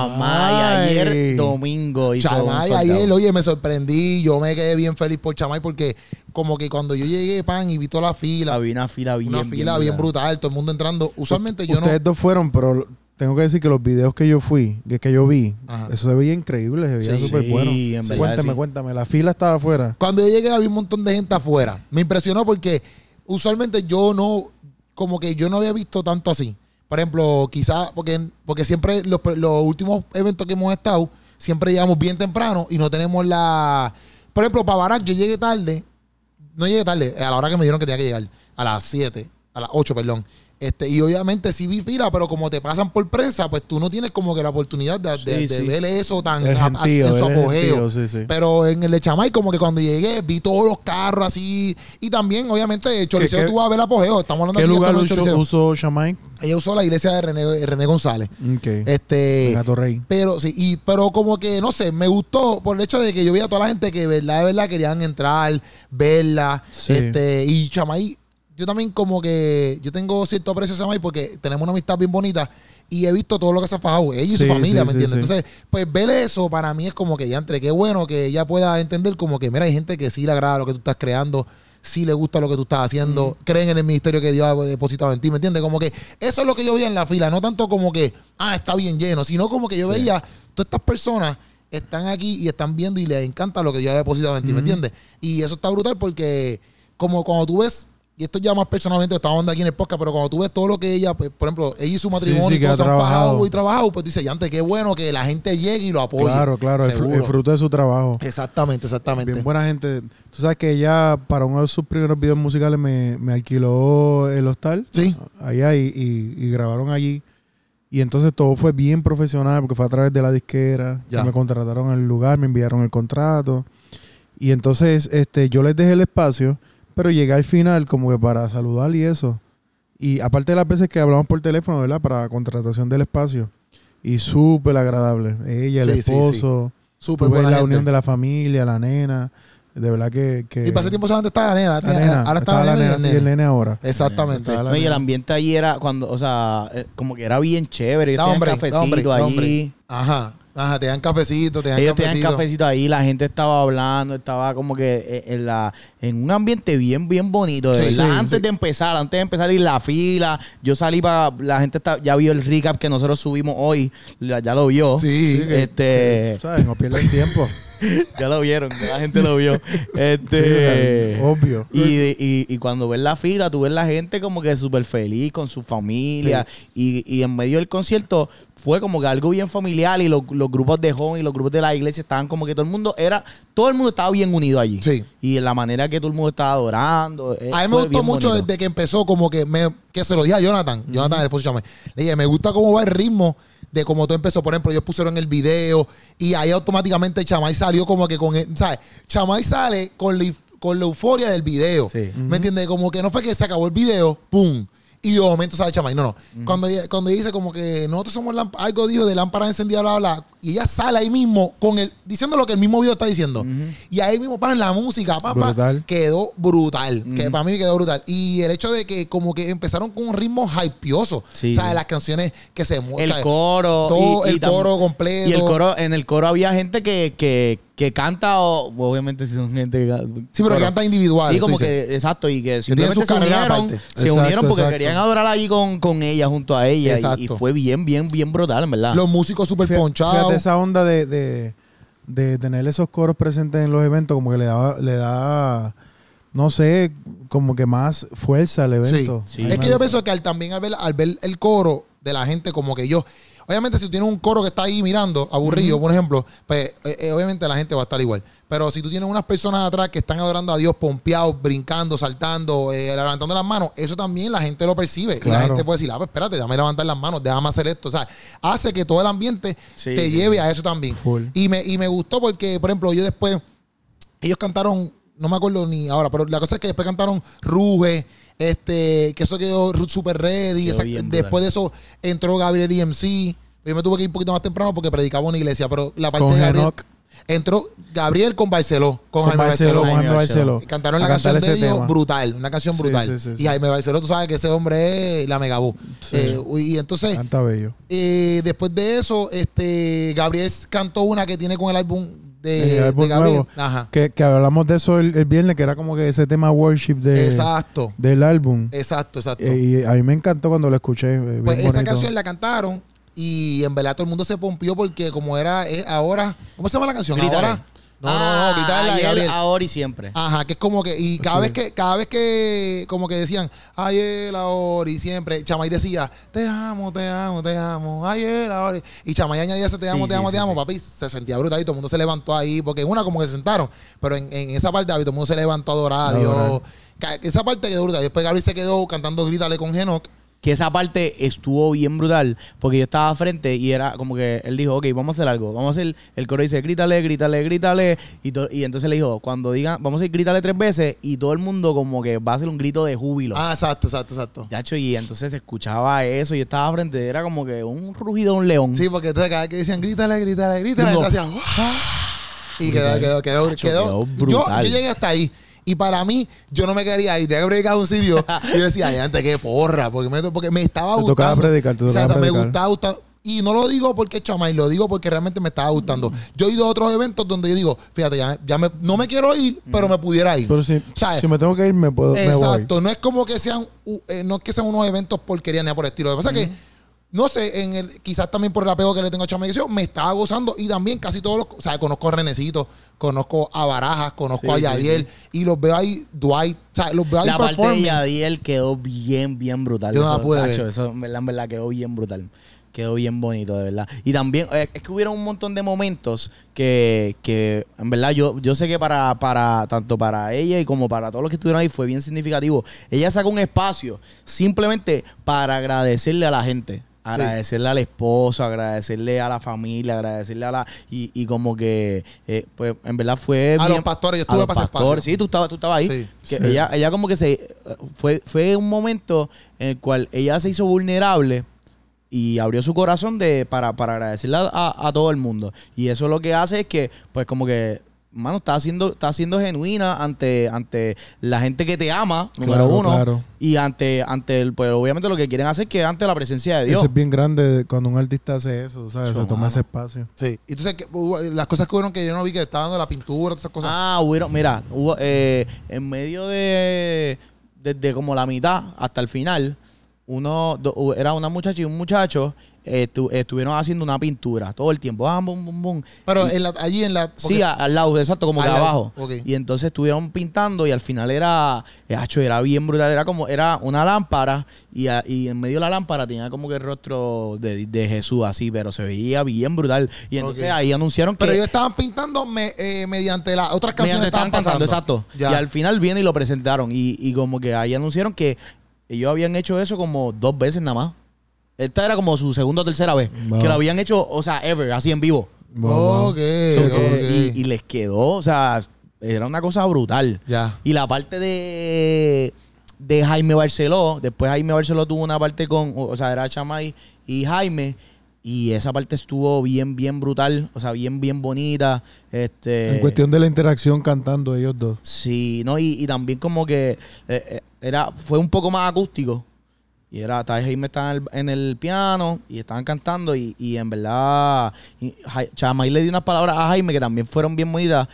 Speaker 3: Chamay,
Speaker 4: Chamay.
Speaker 3: ayer domingo hizo un
Speaker 2: Chamay
Speaker 3: sold out.
Speaker 2: ayer, oye, me sorprendí. Yo me quedé bien feliz por Chamay porque como que cuando yo llegué, pan, y vi toda la fila,
Speaker 3: Había una fila bien
Speaker 2: una fila bien
Speaker 3: brutal.
Speaker 2: brutal, todo el mundo entrando. Usualmente yo no...
Speaker 4: Ustedes dos fueron, pero tengo que decir que los videos que yo fui, que, que yo vi,
Speaker 2: Ajá.
Speaker 4: eso se veía increíble, se veía
Speaker 2: Sí,
Speaker 4: súper
Speaker 3: sí,
Speaker 4: bueno.
Speaker 3: en verdad,
Speaker 4: Cuéntame,
Speaker 3: sí.
Speaker 4: cuéntame. La fila estaba afuera.
Speaker 2: Cuando yo llegué había un montón de gente afuera. Me impresionó porque usualmente yo no, como que yo no había visto tanto así. Por ejemplo, quizás, porque, porque siempre los, los últimos eventos que hemos estado, siempre llegamos bien temprano y no tenemos la... Por ejemplo, para Barack yo llegué tarde, no llegué tarde, a la hora que me dieron que tenía que llegar, a las 7, a las 8, perdón. Este, y obviamente sí vi fila, pero como te pasan por prensa, pues tú no tienes como que la oportunidad de, de-
Speaker 3: Sí,
Speaker 2: de
Speaker 3: sí.
Speaker 2: ver eso tan
Speaker 4: El
Speaker 2: a- a-
Speaker 4: gentío,
Speaker 2: en su
Speaker 4: el
Speaker 2: apogeo.
Speaker 4: gentío, sí, sí.
Speaker 2: Pero en el de Chamay, como que cuando llegué, vi todos los carros así. Y también, obviamente, Choliseo
Speaker 4: qué-
Speaker 2: tú vas a ver apogeo. Estamos hablando
Speaker 4: ¿Qué
Speaker 2: aquí de
Speaker 4: lugar
Speaker 2: todo el
Speaker 4: usó,
Speaker 2: Choliseo.
Speaker 4: usó Shamay?
Speaker 2: Ella usó la iglesia de René, René González.
Speaker 4: Ok.
Speaker 2: Este.
Speaker 4: Gato Rey.
Speaker 2: Pero sí, y, pero como que, no sé, me gustó por el hecho de que yo vi a toda la gente que de verdad, de verdad querían entrar, verla.
Speaker 4: Sí.
Speaker 2: Este, y Chamay, yo también como que, yo tengo cierto aprecio a Chamay porque tenemos una amistad bien bonita y he visto todo lo que se ha fajado, ella y su
Speaker 4: Sí,
Speaker 2: familia,
Speaker 4: sí,
Speaker 2: ¿me
Speaker 4: sí,
Speaker 2: entiendes?
Speaker 4: sí.
Speaker 2: Entonces, pues ver eso para mí es como que ya entre, qué bueno que ella pueda entender como que, mira, hay gente que sí le agrada lo que tú estás creando. Sí le gusta lo que tú estás haciendo, creen en el ministerio que Dios ha depositado en ti, ¿me entiendes? Como que eso es lo que yo veía en la fila, no tanto como que, ah, está bien lleno, sino como que yo veía, todas estas personas están aquí y están viendo y les encanta lo que Dios ha depositado en ti, ¿me entiendes? Y eso está brutal porque como cuando tú ves, y esto ya más personalmente, estamos hablando aquí en el podcast, pero cuando tú ves todo lo que ella, pues, por ejemplo, ella y su matrimonio
Speaker 4: sí,
Speaker 2: y
Speaker 4: que
Speaker 2: cosas
Speaker 4: ha
Speaker 2: han
Speaker 4: trabajado.
Speaker 2: bajado y trabajado, pues dice, antes qué bueno que la gente llegue y lo apoye.
Speaker 4: claro, claro. El, fru-
Speaker 2: Seguro.
Speaker 4: el fruto de su trabajo.
Speaker 2: Exactamente, exactamente.
Speaker 4: Bien buena gente. Tú sabes que ella, para uno de sus primeros videos musicales, me, me alquiló el hostal.
Speaker 2: Sí.
Speaker 4: Allá y, y- y grabaron allí. Y entonces todo fue bien profesional porque fue a través de la disquera.
Speaker 2: Ya.
Speaker 4: que Me contrataron al lugar, me enviaron el contrato. Y entonces este, yo les dejé el espacio, pero llegué al final como que para saludar y eso. Y aparte de las veces que hablamos por teléfono, ¿verdad? Para contratación del espacio. Y súper agradable. Ella, el
Speaker 2: Sí, sí, sí.
Speaker 4: esposo.
Speaker 2: Súper
Speaker 4: Tú ves
Speaker 2: buena
Speaker 4: la
Speaker 2: gente.
Speaker 4: unión de la familia, la nena. De verdad que. que
Speaker 2: Y para ese tiempo solamente estaba la nena.
Speaker 4: la nena.
Speaker 2: ahora está
Speaker 4: estaba
Speaker 2: la nena, y el
Speaker 4: y
Speaker 2: nene.
Speaker 4: el nene ahora.
Speaker 2: Exactamente.
Speaker 4: Estaba la
Speaker 3: No, y el
Speaker 4: nena.
Speaker 3: ambiente allí era cuando, o sea, eh, como que era bien chévere.
Speaker 2: Da
Speaker 3: Ellos tenían
Speaker 2: hombre, da
Speaker 3: cafecito
Speaker 2: hombre, da
Speaker 3: allí.
Speaker 2: hombre. Ajá, ajá, te dan cafecito, te dan
Speaker 3: Ellos
Speaker 2: cafecito.
Speaker 3: tenían cafecito ahí, la gente estaba hablando, estaba como que eh, en, la, en un ambiente bien, bien bonito, de
Speaker 4: Sí,
Speaker 3: verdad.
Speaker 4: sí,
Speaker 3: antes de empezar, antes de empezar y la fila, yo salí para, la gente está, ya vio el recap que nosotros subimos hoy, la- ya lo vio.
Speaker 2: Sí.
Speaker 4: que-
Speaker 2: Eh.
Speaker 3: Este,
Speaker 4: ¿Sabes? No pierden tiempo.
Speaker 3: ya lo vieron, ya la gente lo vio.
Speaker 4: Sí,
Speaker 3: Este,
Speaker 4: Obvio.
Speaker 3: y,
Speaker 2: Pues
Speaker 3: y- y cuando ves la fila, tú ves la gente como que súper feliz con su familia. Y, y en medio del concierto fue como que algo bien familiar. Y los, los grupos de jóvenes y los grupos de la iglesia estaban como que todo el mundo era, todo el mundo estaba bien unido allí.
Speaker 2: Sí.
Speaker 3: Y en la manera que todo el mundo estaba adorando. eh,
Speaker 2: A mí me
Speaker 3: fue
Speaker 2: gustó
Speaker 3: bien
Speaker 2: mucho
Speaker 3: bonito.
Speaker 2: desde que empezó, como que me, que se lo dije a Jonathan, Jonathan después llamé. Le dije, me gusta cómo va el ritmo de cómo tú empezó. Por ejemplo, ellos pusieron el video y ahí automáticamente Chamay salió como que con, el- ¿sabes? Chamay sale con la, euf- con la euforia del video.
Speaker 3: Sí.
Speaker 2: ¿Me entiendes? Como que no fue que se acabó el video, ¡pum! Y de momento sale Chamay. No, no. Cuando, ella, cuando ella dice como que nosotros somos lámp- algo dijo de lámparas encendidas, bla, bla, bla, y ella sale ahí mismo con el, diciendo lo que el mismo video está diciendo. Y ahí mismo, pan, la música, pa, pa,
Speaker 4: Brutal.
Speaker 2: quedó brutal. Que para mí quedó brutal. Y el hecho de que como que empezaron con un ritmo hypeoso.
Speaker 3: Sí.
Speaker 2: O sea, las canciones que se mueven.
Speaker 3: El coro.
Speaker 2: Todo
Speaker 3: y- y
Speaker 2: el
Speaker 3: tam-
Speaker 2: coro completo.
Speaker 3: Y el coro, en el coro había gente que, que, que canta, o, obviamente si son gente que
Speaker 2: Sí, pero que canta individual.
Speaker 3: Sí, como
Speaker 2: tú dices.
Speaker 3: que, exacto, y
Speaker 2: tiene
Speaker 3: que
Speaker 2: su
Speaker 3: simplemente se
Speaker 2: carrera
Speaker 3: unieron,
Speaker 2: aparte.
Speaker 3: se
Speaker 4: Exacto,
Speaker 3: unieron porque
Speaker 4: exacto.
Speaker 3: querían adorar allí con, con ella, junto a ella, y- y,
Speaker 2: Exacto.
Speaker 3: fue bien, bien, bien brutal, en verdad.
Speaker 2: Los músicos súper
Speaker 4: Fíjate- Fíjate
Speaker 2: ponchados.
Speaker 4: esa onda de, de, de tener esos coros presentes en los eventos, como que le da, le da no sé, como que más fuerza al
Speaker 2: Sí.
Speaker 4: evento.
Speaker 3: Sí.
Speaker 4: Ahí
Speaker 2: Es
Speaker 4: me
Speaker 2: que yo
Speaker 4: gusta.
Speaker 2: pienso que al, también al ver, al ver el coro de la gente, como que yo. Obviamente, si tú tienes un coro que está ahí mirando, aburrido, por ejemplo, pues eh, eh, obviamente la gente va a estar igual. Pero si tú tienes unas personas atrás que están adorando a Dios, pompeados, brincando, saltando, eh, levantando las manos, eso también la gente lo percibe. Y la
Speaker 4: Claro.
Speaker 2: gente puede decir, ah, pues espérate, déjame levantar las manos, déjame hacer esto. O sea, hace que todo el ambiente
Speaker 3: Sí,
Speaker 2: te
Speaker 3: sí,
Speaker 2: lleve a eso también.
Speaker 4: Full.
Speaker 2: Y me, y me gustó porque, por ejemplo, yo después ellos cantaron, no me acuerdo ni ahora, pero la cosa es que después cantaron Ruge, este, que eso quedó ru- super ready.
Speaker 3: Quedó
Speaker 2: esa-
Speaker 3: bien brutal.
Speaker 2: después de eso entró Gabriel EMC. Yo me tuve que ir un poquito más temprano porque predicaba en una iglesia, pero la parte
Speaker 4: Con
Speaker 2: de Gabriel.
Speaker 4: Genoc.
Speaker 2: Entró Gabriel con Barceló, con,
Speaker 4: Con
Speaker 2: Jaime Barceló.
Speaker 4: Barceló, con Jaime
Speaker 3: Jaime
Speaker 4: Barceló.
Speaker 3: Barceló.
Speaker 2: Cantaron
Speaker 4: A
Speaker 2: la
Speaker 4: cantar
Speaker 2: canción de
Speaker 4: ese
Speaker 2: ellos
Speaker 4: tema.
Speaker 2: brutal, una canción
Speaker 4: Sí,
Speaker 2: brutal.
Speaker 4: sí, sí, sí.
Speaker 2: Y Jaime Barceló, tú sabes que ese hombre es la megabú.
Speaker 4: Sí.
Speaker 2: Eh, y entonces,
Speaker 4: Canta bello.
Speaker 2: eh, después de eso, este Gabriel cantó una que tiene con el álbum de,
Speaker 4: El álbum
Speaker 2: Eh, de Gabriel.
Speaker 4: nuevo.
Speaker 2: Ajá.
Speaker 4: Que, que hablamos de eso el, el viernes, que era como que ese tema worship de,
Speaker 2: Exacto.
Speaker 4: del álbum.
Speaker 2: Exacto, exacto.
Speaker 4: Eh, y a mí me encantó cuando lo escuché. eh, bien
Speaker 2: pues esa
Speaker 4: bonito.
Speaker 2: canción la cantaron y en verdad todo el mundo se pompió porque como era eh, ahora, ¿cómo se llama la canción?
Speaker 3: Grítale. Ah,
Speaker 2: Ahora No, no, no, ahorita es la de
Speaker 3: ayer,
Speaker 2: Gabriel.
Speaker 3: ahora y siempre.
Speaker 2: Ajá, que es como que, y cada vez que, cada vez que, como que decían, ayer, ahora, y siempre, Chamay decía, te amo, te amo, te amo, ayer, ahora, y Chamay añadía ese te amo,
Speaker 3: Sí,
Speaker 2: te
Speaker 3: sí,
Speaker 2: amo, te
Speaker 3: sí,
Speaker 2: amo,
Speaker 3: sí.
Speaker 2: papi, se sentía brutal y todo el mundo se levantó ahí, porque en una como que se sentaron, pero en, en esa parte, David, todo el mundo se levantó a adorar, a Dios.
Speaker 4: Adorar.
Speaker 2: Ca- Esa parte quedó brutal, después Gabriel se quedó cantando Grítale con Genoc,
Speaker 3: que esa parte estuvo bien brutal porque yo estaba frente y era como que él dijo, ok, vamos a hacer algo, vamos a hacer, el coro dice, grítale, grítale, grítale y, to- y entonces le dijo, cuando digan, vamos a decir grítale tres veces y todo el mundo como que va a hacer un grito de júbilo.
Speaker 2: ah, exacto, exacto, exacto.
Speaker 3: Yacho, y entonces se escuchaba eso y yo estaba frente, era como que un rugido de un león.
Speaker 2: Sí, porque entonces cada vez que decían grítale, grítale, grítale,
Speaker 3: Digo,
Speaker 2: entonces hacían, "Ah". y quedó, quedó, quedó,
Speaker 3: Chacho,
Speaker 2: quedó.
Speaker 3: quedó
Speaker 2: yo,
Speaker 3: brutal.
Speaker 2: yo llegué hasta ahí. Y para mí, yo no me quedaría ahí. Tenía que predicar a un sitio. Y yo decía, ay, antes qué porra. Porque me, porque me estaba
Speaker 4: Te
Speaker 2: gustando.
Speaker 4: tocaba predicar, te
Speaker 2: O sea,
Speaker 4: tocaba
Speaker 2: o sea,
Speaker 4: predicar.
Speaker 2: me gustaba, gustaba- Y no lo digo porque es chamay, lo digo porque realmente me estaba gustando. Yo he ido a otros eventos donde yo digo, fíjate, ya, ya me- no me quiero ir, pero me pudiera ir.
Speaker 4: Pero si,
Speaker 2: ¿Sabes?
Speaker 4: si me tengo que ir, me puedo. me voy.
Speaker 2: Exacto, no es como que sean u- eh, no es que sean unos eventos porquería ni nada por el estilo. Lo que pasa es que no sé, en el, quizás también por el apego que le tengo a Chama me estaba gozando y también casi todos los, o sea, conozco a Renecito, conozco a Barajas, conozco
Speaker 3: Sí,
Speaker 2: a
Speaker 3: sí,
Speaker 2: Yadiel y los veo ahí Dwight, o sea, los veo ahí
Speaker 3: La parte de
Speaker 2: performing.
Speaker 3: Yadiel quedó bien, bien brutal.
Speaker 2: Yo no la
Speaker 3: Eso,
Speaker 2: pude
Speaker 3: Sacho,
Speaker 2: ver.
Speaker 3: eso, en verdad, en verdad, quedó bien brutal. Quedó bien bonito, de verdad. Y también, eh, es que hubieron un montón de momentos que, que, en verdad, yo, yo sé que para, para, tanto para ella y como para todos los que estuvieron ahí fue bien significativo. Ella sacó un espacio simplemente para agradecerle a la gente. Agradecerle al esposo, agradecerle a la familia, agradecerle a la... Y, y como que, eh, pues, en verdad fue...
Speaker 2: A
Speaker 3: bien-
Speaker 2: los pastores, yo
Speaker 3: a
Speaker 2: estuve
Speaker 3: los
Speaker 2: para ese
Speaker 3: pastores,
Speaker 2: espacio.
Speaker 3: Sí, tú estabas, tú estabas ahí.
Speaker 2: Sí.
Speaker 3: Que
Speaker 4: Sí.
Speaker 3: Ella, ella como que se fue, fue un momento en el cual ella se hizo vulnerable y abrió su corazón de, para, para agradecerle a, a- a todo el mundo. Y eso lo que hace es que, pues como que, mano, está siendo, está siendo genuina ante, ante la gente que te ama, número
Speaker 4: Claro,
Speaker 3: uno.
Speaker 4: claro.
Speaker 3: Y ante, ante el, pues obviamente lo que quieren hacer es que ante la presencia de Dios.
Speaker 4: Eso es bien grande cuando un artista hace eso, ¿sabes?
Speaker 3: Eso,
Speaker 4: Se toma
Speaker 3: mano.
Speaker 4: ese espacio.
Speaker 2: Sí. Y tú sabes que hubo- eh, las cosas que hubieron que yo no vi que estaban dando la pintura, todas esas cosas.
Speaker 3: Ah, hubieron, mira, hubo, eh, en medio de, desde como la mitad hasta el final, uno, do- hu- era una muchacha y un muchacho, eh, estu- estuvieron haciendo una pintura todo el tiempo, ah, bum, bum, bum.
Speaker 2: Pero en la- allí en la porque-
Speaker 3: Sí, ah, a- al lado, exacto, como que
Speaker 2: Al lado,
Speaker 3: abajo.
Speaker 2: ok.
Speaker 3: Y entonces estuvieron pintando y al final era, eh, acho, era bien brutal, era como, era una lámpara y, a- y en medio de la lámpara tenía como que el rostro de, de Jesús así, pero se veía bien brutal. Y entonces
Speaker 2: Ok.
Speaker 3: ahí anunciaron que...
Speaker 2: pero ellos estaban pintando me- eh, mediante las otras canciones
Speaker 3: Mediante
Speaker 2: estaban
Speaker 3: estaban pasando,
Speaker 2: pasando.
Speaker 3: exacto.
Speaker 2: Ya.
Speaker 3: Y al final viene y lo presentaron. Y, y como que ahí anunciaron que ellos habían hecho eso como dos veces nada más. Esta era como su segunda o tercera vez.
Speaker 4: Wow.
Speaker 3: Que lo habían hecho, o sea, ever, así en vivo.
Speaker 4: Wow, wow.
Speaker 2: Ok,
Speaker 3: Eh,
Speaker 2: ok.
Speaker 3: Y, y les quedó, o sea, era una cosa brutal.
Speaker 2: ya.
Speaker 3: Y la parte de, de Jaime Barceló, después Jaime Barceló tuvo una parte con, o o sea, era Chamay y Jaime. Y esa parte estuvo bien, bien brutal, o sea, bien, bien bonita. Este,
Speaker 4: En cuestión de la interacción cantando ellos dos.
Speaker 3: Sí, no, y, y también como que eh, eh, era, fue un poco más acústico. Y era, tal vez Jaime estaba en el, en el piano y estaban cantando y, y en verdad, y Ja- Chamay le dio unas palabras a Jaime que también fueron bien bonitas.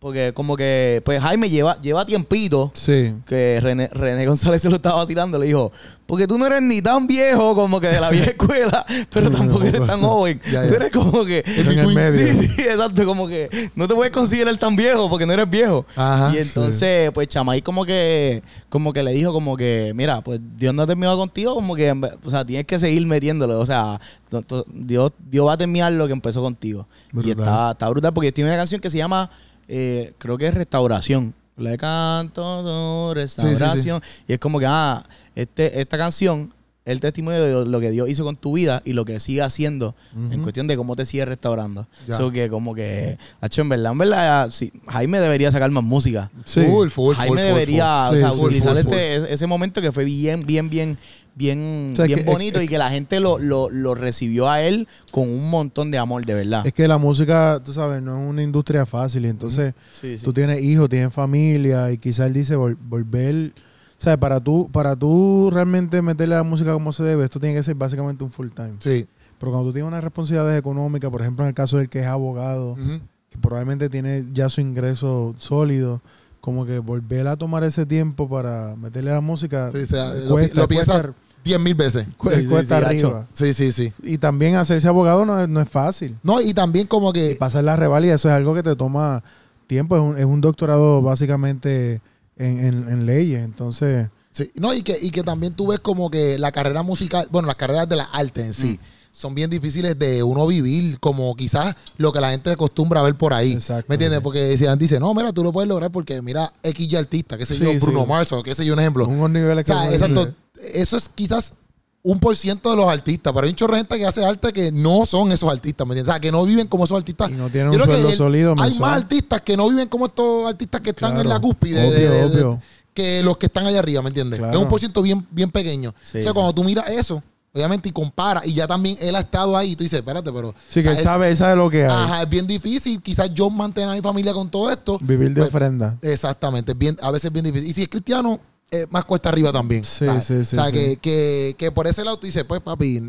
Speaker 3: Porque como que, pues Jaime lleva, lleva tiempito
Speaker 4: Sí.
Speaker 3: que René, René González se lo estaba tirando, le dijo, porque tú no eres ni tan viejo como que de la vieja escuela, pero tampoco eres tan joven.
Speaker 2: Ya, ya.
Speaker 3: Tú eres como que...
Speaker 4: En el medio.
Speaker 3: Sí, sí, exacto, como que no te puedes considerar tan viejo porque no eres viejo.
Speaker 2: Ajá,
Speaker 3: y entonces, pues Chamay como que como que le dijo como que, mira, pues Dios no ha terminado contigo, como que, en ve- o sea, tienes que seguir metiéndole, o sea, to- to- Dios, Dios va a terminar lo que empezó contigo. Y
Speaker 4: Brutal.
Speaker 3: está, está brutal porque tiene una canción que se llama, eh, creo que es Restauración. Le canto tu restauración. Y es como que, ah, este, esta canción es el testimonio de lo que Dios hizo con tu vida y lo que sigue haciendo en cuestión de cómo te sigue restaurando.
Speaker 2: Ya.
Speaker 3: Eso que como que, hecho en verdad, en verdad, sí, Jaime debería sacar más música.
Speaker 4: Sí.
Speaker 2: Full, full, full,
Speaker 3: Jaime
Speaker 2: full, full.
Speaker 3: debería o
Speaker 4: Sí,
Speaker 3: sea,
Speaker 4: sí,
Speaker 3: utilizar
Speaker 2: full, full.
Speaker 3: este- ese momento que fue bien, bien, bien, bien,
Speaker 4: O sea,
Speaker 3: bien
Speaker 4: que- eh,
Speaker 3: bonito
Speaker 4: es-
Speaker 3: y que la gente lo, lo, lo recibió a él con un montón de amor, de verdad.
Speaker 4: Es que la música, tú sabes, no es una industria fácil. Y entonces
Speaker 3: Sí, sí.
Speaker 4: tú tienes hijos, tienes familia y quizás él dice vol- volver... O sea, para tú, para tú realmente meterle a la música como se debe, esto tiene que ser básicamente un full time.
Speaker 2: Sí.
Speaker 4: Pero cuando tú tienes unas responsabilidades económicas, por ejemplo, en el caso del que es abogado,
Speaker 2: Ujú.
Speaker 4: que probablemente tiene ya su ingreso sólido, como que volver a tomar ese tiempo para meterle a la música,
Speaker 2: Sí, o sea, lo pi-
Speaker 4: cuesta,
Speaker 2: lo piensas
Speaker 4: cuesta-
Speaker 2: diez mil veces.
Speaker 4: cu-
Speaker 3: Sí, sí,
Speaker 4: cuesta
Speaker 3: sí,
Speaker 4: arriba.
Speaker 2: Sí, sí, sí.
Speaker 4: Y también hacerse abogado no es, no es fácil.
Speaker 2: No, y también como que...
Speaker 4: Pasar la revalida, eso es algo que te toma tiempo. Es un, es un doctorado básicamente en, en- en leyes. Entonces,
Speaker 2: Sí. No, y que, y que también tú ves como que la carrera musical, bueno, las carreras de la arte en
Speaker 4: Mm.
Speaker 2: sí, son bien difíciles de uno vivir, como quizás lo que la gente acostumbra a ver por ahí.
Speaker 4: Exacto.
Speaker 2: ¿Me entiendes? Porque si alguien dice, no, mira, tú lo puedes lograr porque mira X ya artista, qué sé
Speaker 4: Sí,
Speaker 2: yo, Bruno
Speaker 4: sí.
Speaker 2: Mars o qué sé yo, un ejemplo.
Speaker 4: unos niveles
Speaker 2: O sea,
Speaker 4: que...
Speaker 2: exacto. Eso es quizás un por ciento de los artistas, pero hay un chorro de gente que hace arte que no son esos artistas, ¿me entiendes? O sea, que no viven como esos artistas.
Speaker 4: Y no tienen
Speaker 2: Yo
Speaker 4: un
Speaker 2: creo que
Speaker 4: sueldo
Speaker 2: el-
Speaker 4: sólido
Speaker 2: hay
Speaker 4: mensual.
Speaker 2: más artistas que no viven como estos artistas que están en
Speaker 4: Claro.
Speaker 2: la cúspide de-
Speaker 4: Obvio,
Speaker 2: de- de-
Speaker 4: obvio.
Speaker 2: que los que están allá arriba, ¿me entiendes?
Speaker 4: Claro.
Speaker 2: Es un por ciento bien, bien pequeño.
Speaker 3: Sí,
Speaker 2: o sea,
Speaker 3: sí.
Speaker 2: cuando tú miras eso, obviamente, y comparas, y ya también él ha estado ahí, tú dices, espérate, pero...
Speaker 4: Sí,
Speaker 2: o sea,
Speaker 4: que él
Speaker 2: es-
Speaker 4: sabe, él sabe lo que hay.
Speaker 2: Ajá, es bien difícil. Quizás yo mantener a mi familia con todo esto.
Speaker 4: Vivir de
Speaker 2: Pues,
Speaker 4: ofrenda.
Speaker 2: Exactamente, es bien, a veces es bien difícil. Y si es cristiano, eh, más cuesta arriba también.
Speaker 4: Sí,
Speaker 2: ¿sabes?
Speaker 4: sí, sí,
Speaker 2: O sea,
Speaker 4: sí.
Speaker 2: Que, que, que por ese lado tú dices, pues papi,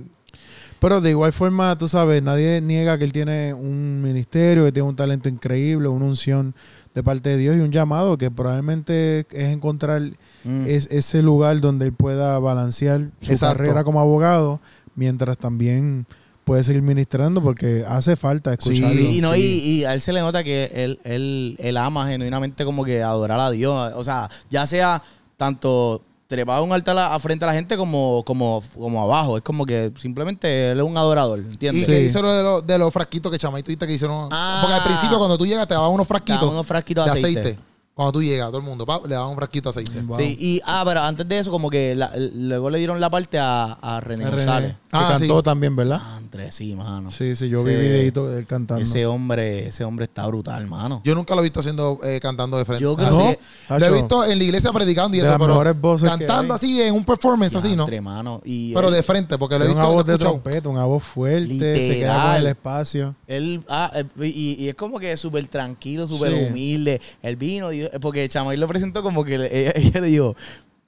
Speaker 4: Pero de igual forma, tú sabes, nadie niega que él tiene un ministerio, que tiene un talento increíble, una unción de parte de Dios y un llamado que probablemente es encontrar
Speaker 3: Mm.
Speaker 4: es, ese lugar donde él pueda balancear su
Speaker 2: Exacto.
Speaker 4: carrera como abogado, mientras también puede seguir ministrando porque hace falta escucharlo.
Speaker 3: Sí, y, no,
Speaker 4: Sí.
Speaker 3: Y, y a él se le nota que él, él, él ama genuinamente como que adorar a Dios. O sea, ya sea tanto trepado a un altar a, a frente a la gente como, como, como abajo. Es como que simplemente él es un adorador,
Speaker 2: y
Speaker 3: ¿entiendes?
Speaker 2: que
Speaker 4: Sí.
Speaker 2: hizo lo de, los- de los frasquitos que Chamay tú dijiste que hicieron.
Speaker 3: Ah.
Speaker 2: Porque al principio cuando tú llegas te daban unos
Speaker 3: Te dan
Speaker 2: frasquitos
Speaker 3: unos frasquitos
Speaker 2: de
Speaker 3: de
Speaker 2: aceite.
Speaker 3: aceite.
Speaker 2: Cuando tú llegas, todo el mundo, pa, le daban un frasquito de aceite.
Speaker 4: Wow.
Speaker 3: Sí, y ah, pero antes de eso, como que la- luego le dieron la parte a, a René
Speaker 4: RN,
Speaker 3: González.
Speaker 4: que
Speaker 2: Ah,
Speaker 4: cantó
Speaker 2: sí.
Speaker 4: también, ¿verdad?
Speaker 3: Ah, Andrés, sí, mano.
Speaker 4: Sí, sí, yo
Speaker 3: Sí.
Speaker 4: vi videito de él cantando.
Speaker 3: Ese hombre, ese hombre está brutal, mano.
Speaker 2: Yo nunca lo he visto haciendo eh, cantando de frente.
Speaker 3: Yo creo
Speaker 2: Así
Speaker 4: ¿No?
Speaker 3: que-
Speaker 2: Lo he
Speaker 4: Tacho,
Speaker 2: visto en la iglesia predicando y
Speaker 4: De
Speaker 2: eso,
Speaker 4: las
Speaker 2: pero
Speaker 4: mejores voces que
Speaker 2: cantando
Speaker 4: hay.
Speaker 2: así en un performance así, ¿no?
Speaker 3: Entre mano. Y
Speaker 2: Pero
Speaker 3: él-
Speaker 2: de frente, porque lo he
Speaker 4: tiene
Speaker 2: visto
Speaker 4: una voz
Speaker 2: lo he
Speaker 4: de
Speaker 2: escuchado.
Speaker 4: trompeta, una voz fuerte, se queda con
Speaker 3: Literal.
Speaker 4: el espacio.
Speaker 3: Él, ah, eh, y, y es como que súper tranquilo, súper
Speaker 4: Sí.
Speaker 3: humilde. Él vino, dijo- eh, porque Chamay lo presentó como que le- ella, ella le dijo,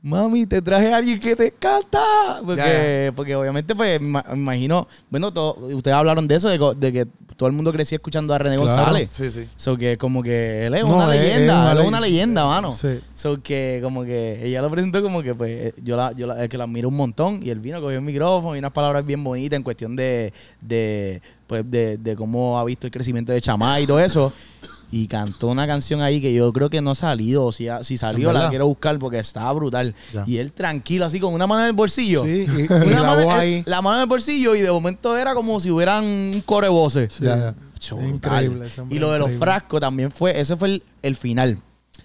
Speaker 3: mami, te traje a alguien que te canta. Porque,
Speaker 2: Ya,
Speaker 3: porque obviamente, pues, ma- me imagino, bueno, to- ustedes hablaron de eso, de, co- de que todo el mundo crecía escuchando a René
Speaker 4: Claro.
Speaker 3: González.
Speaker 2: Sí, sí.
Speaker 3: So que como que él es
Speaker 4: No,
Speaker 3: una
Speaker 4: es- es
Speaker 3: leyenda,
Speaker 4: una
Speaker 3: él es
Speaker 4: ley-
Speaker 3: una leyenda, mano.
Speaker 4: Sí.
Speaker 3: So que como que ella lo presentó como que pues eh, yo la, yo la- eh, que la admiro un montón y él vino, cogió el micrófono y unas palabras bien bonitas en cuestión de, de pues de, de cómo ha visto el crecimiento de Chamá y todo eso. Y cantó una canción ahí que yo creo que no ha salido. o Si, ha- si salió,
Speaker 2: ¿En
Speaker 3: la
Speaker 2: verdad?
Speaker 3: quiero buscar porque estaba brutal.
Speaker 2: Ya.
Speaker 3: Y él tranquilo, así con una mano en el bolsillo.
Speaker 4: Sí, y, y
Speaker 3: Una
Speaker 4: la
Speaker 3: mano-
Speaker 4: voz
Speaker 3: eh,
Speaker 4: ahí.
Speaker 3: la mano en el bolsillo y de momento era como si hubieran un coro de voces.
Speaker 2: Ya, ya.
Speaker 3: Macho,
Speaker 4: Es
Speaker 3: brutal.
Speaker 4: increíble, ese hombre
Speaker 3: Y lo de
Speaker 4: es
Speaker 3: los
Speaker 4: increíble.
Speaker 3: frascos también fue, ese fue el, el final.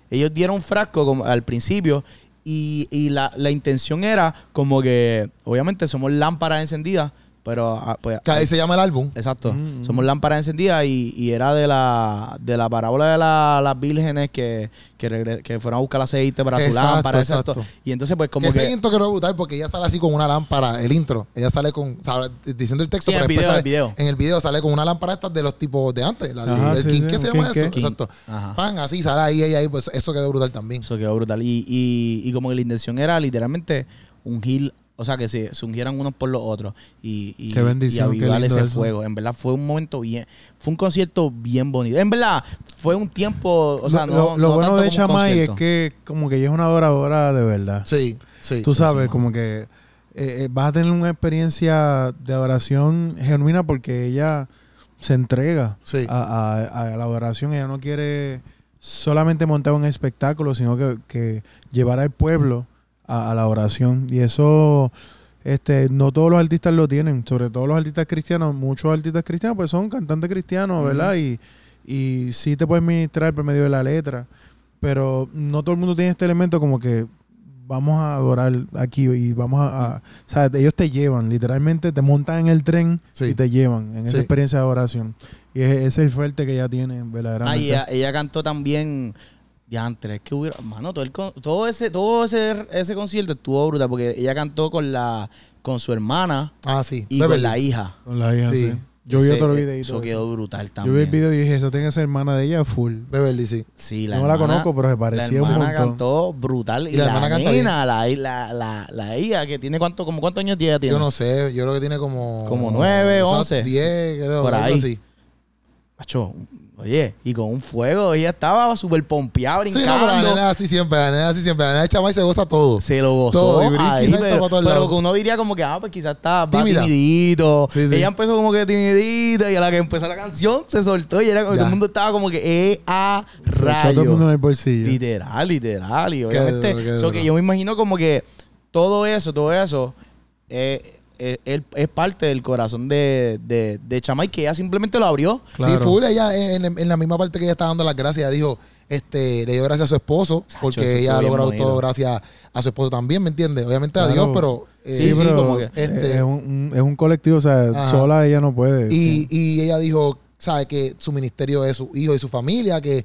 Speaker 3: Ellos dieron frasco como al principio y, y la, la intención era como que, obviamente somos lámparas encendidas, pero ah, pues,
Speaker 2: Que ahí se llama el álbum.
Speaker 3: Exacto.
Speaker 4: Mm, mm.
Speaker 3: Somos lámparas encendidas y, y era de la, de la parábola de la- las vírgenes que, que, regre- que fueron a buscar aceite para
Speaker 2: Exacto,
Speaker 3: su lámpara. Exacto.
Speaker 2: exacto.
Speaker 3: Y entonces pues como
Speaker 2: Ese
Speaker 3: que...
Speaker 2: intro que lo brutal porque ella sale así con una lámpara, el intro. Ella sale con, o sea, diciendo el texto,
Speaker 3: Sí, en el
Speaker 2: después
Speaker 3: video,
Speaker 2: sale-
Speaker 3: el video.
Speaker 2: en el video sale con una lámpara esta de los tipos de antes. La,
Speaker 4: Ajá,
Speaker 2: el
Speaker 4: sí,
Speaker 2: quinqué
Speaker 4: sí,
Speaker 2: se
Speaker 4: un
Speaker 2: llama eso.
Speaker 4: quinqué.
Speaker 2: Exacto.
Speaker 3: Ajá.
Speaker 2: Pan, así sale ahí, ella ahí, pues eso quedó brutal también.
Speaker 3: Eso quedó brutal. Y, y, y como que la intención era literalmente ungir, o sea, que se, se ungieran unos por los otros y, y,
Speaker 4: Qué bendición,
Speaker 3: y
Speaker 4: qué
Speaker 3: avivar
Speaker 4: lindo
Speaker 3: ese
Speaker 4: eso.
Speaker 3: fuego. En verdad fue un momento bien, fue un concierto bien bonito. En verdad, fue un tiempo, o sea,
Speaker 4: lo,
Speaker 3: no,
Speaker 4: lo- lo
Speaker 3: no
Speaker 4: bueno
Speaker 3: tanto
Speaker 4: de
Speaker 3: como un
Speaker 4: Chamay es
Speaker 3: concierto.
Speaker 4: que como que ella es una adoradora de verdad.
Speaker 2: Sí, sí.
Speaker 4: Tú sabes,
Speaker 3: sí,
Speaker 4: como que eh, eh, vas a tener una experiencia de adoración genuina porque ella se entrega
Speaker 2: Sí.
Speaker 4: a, a- a la adoración. Ella no quiere solamente montar un espectáculo, sino que, que llevar al pueblo a, a la adoración. Y eso, este, no todos los artistas lo tienen, sobre todo los artistas cristianos. Muchos artistas cristianos pues son cantantes cristianos, ¿verdad? Y, y sí te puedes ministrar por medio de la letra. Pero no todo el mundo tiene este elemento como que vamos a adorar aquí y vamos a, a- o sea, ellos te llevan, literalmente te montan en el tren
Speaker 2: Sí.
Speaker 4: y te llevan en esa
Speaker 2: Sí.
Speaker 4: experiencia de adoración. Y es- ese es el fuerte que ella tiene,
Speaker 3: Ah, y
Speaker 4: verdaderamente.
Speaker 3: ella, ella cantó también. Ya antes, es que hubiera. Mano, todo, el con- todo, ese, todo ese, ese concierto estuvo brutal porque ella cantó con la con su hermana
Speaker 2: Ah, sí.
Speaker 3: y
Speaker 2: Beverly.
Speaker 3: con la hija.
Speaker 4: Con la hija,
Speaker 2: Sí.
Speaker 4: sí. Yo vi
Speaker 3: Ese- eh,
Speaker 4: otro videito.
Speaker 3: Eso
Speaker 4: de
Speaker 3: quedó
Speaker 4: eso.
Speaker 3: brutal
Speaker 4: Yo
Speaker 3: también.
Speaker 4: vi el video y dije, esa tiene que ser hermana de ella full.
Speaker 2: Beverly, sí.
Speaker 3: Sí, la
Speaker 4: no la
Speaker 3: hermana-
Speaker 4: conozco, pero se
Speaker 3: La
Speaker 4: parecía un
Speaker 3: hermana
Speaker 4: montón.
Speaker 3: cantó brutal. Y, la, hermana
Speaker 2: canta
Speaker 3: nena, la, la, la, la hija, que tiene cuánto, como cuántos años ella tiene.
Speaker 2: Yo no sé, yo creo que tiene como...
Speaker 3: Como nueve,
Speaker 2: o sea,
Speaker 3: once.
Speaker 2: Diez, creo.
Speaker 3: Por
Speaker 2: algo
Speaker 3: ahí.
Speaker 2: así.
Speaker 3: macho, oye, y con un fuego, ella estaba súper pompeada,
Speaker 2: Sí, no, pero la
Speaker 3: brincando.
Speaker 2: nena es así siempre, la nena es así siempre. La nena de chama y se goza todo.
Speaker 3: se lo gozó
Speaker 2: Todo, y brinca y
Speaker 3: ahí,
Speaker 2: salta
Speaker 3: pero,
Speaker 2: pa' todos
Speaker 3: pero
Speaker 2: lados.
Speaker 3: que uno diría como que ah pues quizás está va
Speaker 2: Tímida.
Speaker 3: timidito
Speaker 2: Sí, sí.
Speaker 3: ella empezó como que timidita y a la que empezó la canción se soltó y era como
Speaker 2: Ya.
Speaker 3: todo el mundo estaba como que eh a
Speaker 4: Se echó a todo el mundo en
Speaker 3: rayo
Speaker 4: el bolsillo.
Speaker 3: literal literal y
Speaker 2: Qué
Speaker 3: obviamente
Speaker 2: duro, qué
Speaker 3: eso
Speaker 2: duro.
Speaker 3: que yo me imagino como que todo eso todo eso eh, eh, él- es parte del corazón de, de, de Chamay que ella simplemente lo abrió
Speaker 2: Sí,
Speaker 4: Claro.
Speaker 2: full, ella eh, en, en la misma parte que ella está dando las gracias, ella dijo, este, le dio gracias a su esposo, porque
Speaker 3: eso
Speaker 2: ella
Speaker 3: estuvo
Speaker 2: ha
Speaker 3: bien
Speaker 2: logrado
Speaker 3: bonito.
Speaker 2: todo gracias a su esposo también, ¿me entiendes? Obviamente a Dios,
Speaker 4: Claro.
Speaker 2: pero... eh,
Speaker 3: Sí, sí, como que-
Speaker 4: eh,
Speaker 2: este-
Speaker 4: es, un, es un colectivo, o sea,
Speaker 2: Ajá.
Speaker 4: sola ella no puede.
Speaker 2: Y, y ella dijo, sabe que su ministerio es su hijo y su familia, que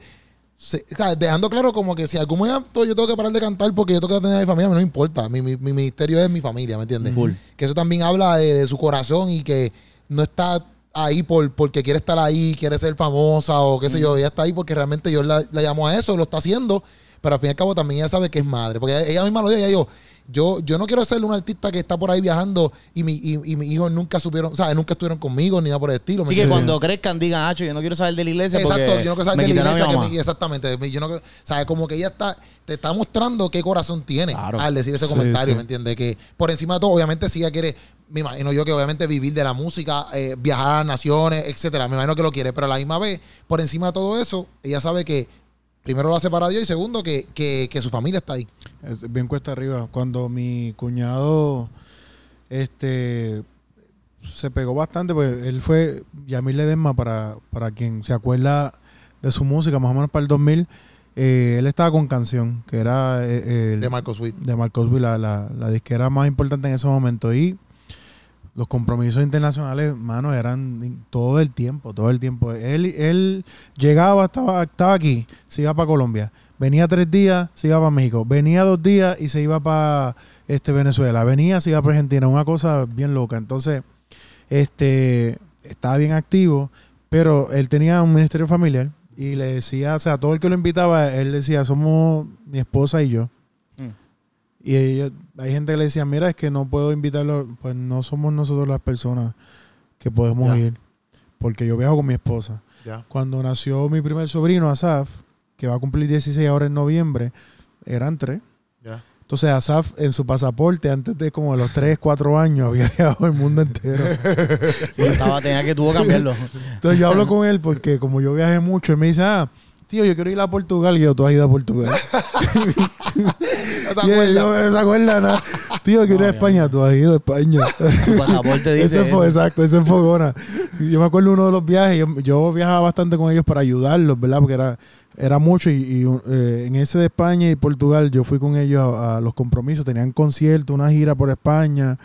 Speaker 2: se- sabe, dejando claro como que si algún momento yo tengo que parar de cantar porque yo tengo que tener a mi familia, a mí no me importa, mi, mi- mi ministerio es mi familia, ¿me entiendes?
Speaker 3: Full.
Speaker 2: Que eso también habla de, de su corazón y que no está ahí por, porque quiere estar ahí, quiere ser famosa o qué sé
Speaker 3: Mm.
Speaker 2: yo, ella está ahí porque realmente Dios la, la llamó a eso, lo está haciendo, pero al fin y al cabo también ella sabe que es madre, porque ella, ella misma lo dijo, ella dijo, yo, yo no quiero ser un artista que está por ahí viajando y, mi, y, y mis hijos nunca supieron, o sea, nunca estuvieron conmigo ni nada por el estilo. ¿me
Speaker 3: así que
Speaker 2: entiendes?
Speaker 3: cuando crezcan digan hacho yo no quiero saber de la iglesia
Speaker 2: Exacto,
Speaker 3: porque
Speaker 2: yo no quiero saber
Speaker 3: me
Speaker 2: de la
Speaker 3: quitaron a mi
Speaker 2: iglesia que
Speaker 3: mamá".
Speaker 2: me- exactamente, me- yo no quiero- o sea, como que ella está te está mostrando qué corazón tiene
Speaker 3: Claro.
Speaker 2: al decir ese
Speaker 4: Sí,
Speaker 2: comentario,
Speaker 4: sí.
Speaker 2: ¿me entiendes? Que por encima de todo, obviamente si ella quiere, me imagino yo que obviamente vivir de la música, eh, viajar a naciones, etcétera, me imagino que lo quiere, pero a la misma vez, por encima de todo eso, ella sabe que primero lo hace para Dios y segundo que, que, que su familia está ahí.
Speaker 4: Es bien cuesta arriba. Cuando mi cuñado este se pegó bastante, pues él fue Yamil Ledesma, para, para quien se acuerda de su música, más o menos para el 2000, eh, él estaba con Canción, que era eh, el,
Speaker 2: De Marcos Witt.
Speaker 4: de Marcos la, la, la disquera más importante en ese momento. Y los compromisos internacionales, mano, eran in- todo el tiempo, todo el tiempo. Él, él llegaba, estaba, estaba aquí, se iba para Colombia. Venía tres días, se iba para México. Venía dos días y se iba para este, Venezuela. Venía, se iba para Argentina. Una cosa bien loca. Entonces, este, estaba bien activo, pero él tenía un ministerio familiar y le decía, o sea, a todo el que lo invitaba, él decía, somos mi esposa y yo.
Speaker 3: Mm.
Speaker 4: Y ella- hay gente que le decía, mira, es que no puedo invitarlo, pues no somos nosotros las personas que podemos
Speaker 2: Ya.
Speaker 4: ir, porque yo viajo con mi esposa.
Speaker 2: Ya.
Speaker 4: Cuando nació mi primer sobrino, Asaf, que va a cumplir 16 ahora en noviembre, eran tres.
Speaker 2: Ya.
Speaker 4: Entonces Asaf en su pasaporte, antes de como los 3, 4 años, había viajado el mundo entero.
Speaker 3: Sí, estaba tenía que tuvo que cambiarlo
Speaker 4: Entonces yo hablo con él porque como yo viajé mucho, él me dice, ah, tío, yo quiero ir a Portugal. Y yo, tú has ido a Portugal.
Speaker 2: ¿No te
Speaker 4: Y él,
Speaker 2: acuerdas?
Speaker 4: yo, "No se acuerda nada. Tío, quiero ir a España. Tú has ido a España.
Speaker 3: tu pasaporte dice
Speaker 4: ese fue,
Speaker 3: eso.
Speaker 4: exacto, ese fue Gona. Yo me acuerdo uno de los viajes, yo, yo viajaba bastante con ellos para ayudarlos, ¿verdad? Porque era, era mucho y, y, eh, en ese de España y Portugal yo fui con ellos a, a los compromisos, tenían concierto, una gira por España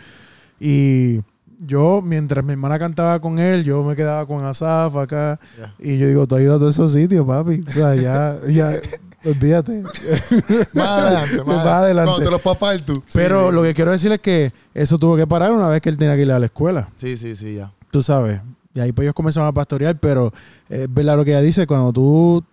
Speaker 4: y yo, mientras mi hermana cantaba con él, yo me quedaba con Asaf acá
Speaker 2: Ya.
Speaker 4: y yo digo, tú has ido a todos esos sitios, papi. O sea, ya, ya, olvídate.
Speaker 2: Más adelante, más
Speaker 4: Más adelante.
Speaker 2: Cuando te los papás tú.
Speaker 4: Pero lo que quiero decir es que eso tuvo que parar una vez que él tenía que ir a la escuela.
Speaker 2: Sí, sí, sí, ya.
Speaker 4: tú sabes. Y ahí pues ellos comenzaron a pastorear, pero es verdad lo que ella dice, cuando tú...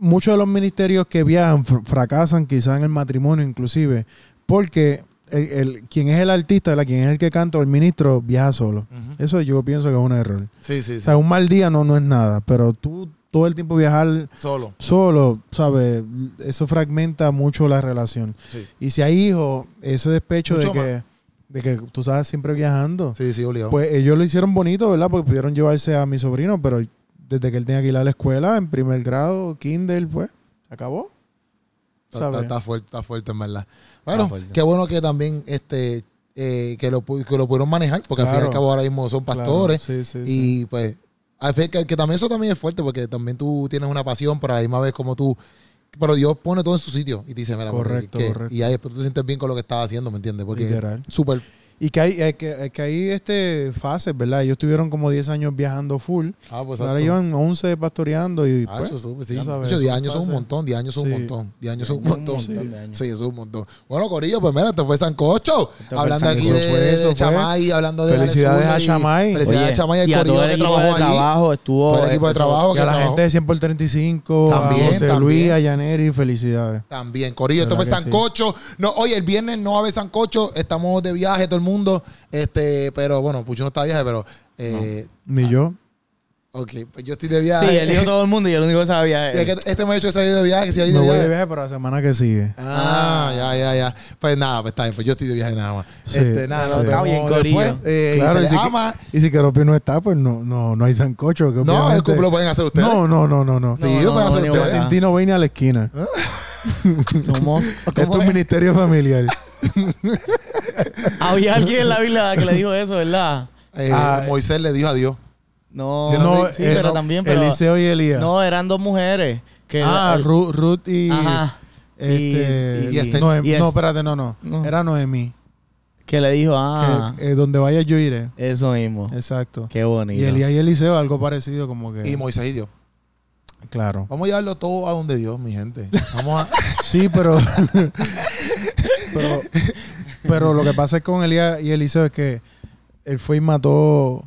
Speaker 4: Muchos de los ministerios que viajan fr- fracasan quizás en el matrimonio inclusive, porque el, el- quien es el artista, ¿verdad? quien es el que canta o el ministro, viaja solo. Eso yo pienso que es un error.
Speaker 2: Sí, sí,
Speaker 4: O
Speaker 2: sí.
Speaker 4: sea, un mal día no, no es nada, pero tú todo el tiempo viajar
Speaker 2: Solo.
Speaker 4: solo, ¿sabes? Eso fragmenta mucho la relación.
Speaker 2: Sí.
Speaker 4: Y si hay hijos, ese despecho de
Speaker 2: Mucho
Speaker 4: que, de que tú estás siempre viajando.
Speaker 2: Sí, sí, obligado.
Speaker 4: Pues ellos lo hicieron bonito, ¿verdad? Porque pudieron llevarse a mi sobrino, pero desde que él tenía que ir a la escuela, en primer grado, kinder, pues, se acabó.
Speaker 2: Está,
Speaker 4: ¿Sabes?
Speaker 2: está- está fuerte, está fuerte, en verdad. Bueno,
Speaker 3: fuerte.
Speaker 2: qué bueno que también este eh, que, lo, pu- que lo pudieron manejar, porque al fin y al
Speaker 4: Claro.
Speaker 2: cabo ahora mismo son
Speaker 4: Claro,
Speaker 2: pastores.
Speaker 4: sí, sí, sí.
Speaker 2: y pues, al fin- que, que también eso también es fuerte, porque también tú tienes una pasión, pero a la misma vez como tú. Pero Dios pone todo en su sitio y te dice, mira, porque-
Speaker 4: Correcto,
Speaker 2: que-
Speaker 4: correcto.
Speaker 2: Y ahí después tú te sientes bien con lo que estás haciendo, ¿me entiendes? Porque
Speaker 4: Literal.
Speaker 2: súper.
Speaker 4: Y que hay, hay que, hay que hay, este fases, ¿verdad? Ellos tuvieron como 10 años viajando full.
Speaker 2: Ah, pues
Speaker 4: ahora
Speaker 2: exacto.
Speaker 4: llevan 11 pastoreando y
Speaker 2: Ah,
Speaker 4: pues,
Speaker 2: eso es súper, sí.
Speaker 4: ya sabes,
Speaker 2: De hecho, 10
Speaker 4: son
Speaker 2: años son un
Speaker 4: fases.
Speaker 2: montón, 10 años son un
Speaker 4: Sí.
Speaker 2: montón, 10 años son un
Speaker 3: Un
Speaker 2: montón.
Speaker 3: montón de años.
Speaker 2: Sí, eso es un montón. Bueno, Corillo, pues mira, esto fue Sancocho.
Speaker 3: fue
Speaker 2: hablando aquí
Speaker 4: Sancocho.
Speaker 2: de,
Speaker 4: Fue eso,
Speaker 2: de
Speaker 4: fue.
Speaker 2: Chamay, hablando de Alex
Speaker 4: Felicidades
Speaker 2: Zurdo
Speaker 4: a
Speaker 2: y-
Speaker 4: Chamay.
Speaker 2: Felicidades
Speaker 3: Oye,
Speaker 2: a Chamay, al
Speaker 3: y a
Speaker 2: Corillo
Speaker 3: todo el
Speaker 2: que
Speaker 3: equipo
Speaker 2: trabajó
Speaker 3: de
Speaker 2: allí.
Speaker 3: trabajo
Speaker 2: Todo
Speaker 3: estuvo
Speaker 2: el equipo de
Speaker 3: empezó-
Speaker 2: trabajo
Speaker 4: y
Speaker 2: que
Speaker 4: a la
Speaker 2: trabajó.
Speaker 4: gente de 100 por 35,
Speaker 2: También,
Speaker 4: a José
Speaker 2: también.
Speaker 4: Luis, a Yaneri, felicidades.
Speaker 2: También, Corillo, esto fue
Speaker 4: ¿Verdad que sí?
Speaker 2: Sancocho. No, oye, el viernes no va a haber Sancocho, estamos de viaje todo el mundo. Este, pero bueno, Pucho no está de viaje, pero eh,
Speaker 4: Ni yo.
Speaker 2: Ok, pues yo estoy de viaje.
Speaker 3: Sí, él dijo todo el mundo y yo lo único que sabía
Speaker 2: Es
Speaker 3: es...
Speaker 2: que Este me ha dicho que se ha ido de viaje, que se ha ido de
Speaker 4: Me voy
Speaker 2: viaje.
Speaker 4: de viaje para la semana que sigue.
Speaker 2: Ah, ya, ya, ya. Pues nada, pues está bien, pues yo estoy de viaje nada más.
Speaker 4: Sí,
Speaker 2: este, nada,
Speaker 4: sí.
Speaker 2: nos
Speaker 3: Está
Speaker 2: vemos
Speaker 3: bien, corillo.
Speaker 2: después. Eh, y
Speaker 4: Claro, y
Speaker 2: se
Speaker 4: si,
Speaker 2: les ama.
Speaker 4: y si Keropi no está, pues no, no, no hay sancocho. que
Speaker 2: No, el
Speaker 4: obviamente-
Speaker 2: cumplo lo pueden hacer ustedes.
Speaker 4: No, no, no, no, no.
Speaker 2: Sí,
Speaker 3: No, ¿Eh?
Speaker 2: lo pueden
Speaker 3: no,
Speaker 2: hacer
Speaker 3: ni
Speaker 2: ustedes.
Speaker 3: voy
Speaker 4: Sin ti no voy ni a la esquina.
Speaker 3: Somos-
Speaker 4: Esto es un ministerio familiar.
Speaker 3: Había alguien en la Biblia que le dijo eso, ¿verdad?
Speaker 2: Eh,
Speaker 4: Ah,
Speaker 2: Moisés le dijo adiós.
Speaker 3: No,
Speaker 2: Yo no-
Speaker 3: sí,
Speaker 4: eh,
Speaker 3: pero
Speaker 4: no,
Speaker 3: también, pero...
Speaker 4: Eliseo y Elías.
Speaker 3: No, eran dos mujeres. Que
Speaker 4: ah, Ru- Ruth y.
Speaker 3: Ajá.
Speaker 4: Este,
Speaker 3: Y-
Speaker 2: y-
Speaker 4: Noem-
Speaker 3: y es-
Speaker 4: No, espérate, no, no.
Speaker 3: No.
Speaker 4: Era Noemí.
Speaker 3: Que le dijo, ah,
Speaker 4: Que, eh, donde vaya yo iré.
Speaker 3: eso mismo.
Speaker 4: Exacto.
Speaker 3: Qué bonito.
Speaker 4: Y Elías y Eliseo, algo parecido, como que.
Speaker 2: Y Moisés y Dios.
Speaker 4: claro.
Speaker 2: Vamos a llevarlo todo a donde Dios, mi gente. Vamos a.
Speaker 4: Sí, pero. pero. Pero lo que pasa es con Elías y Eliseo es que él fue y mató.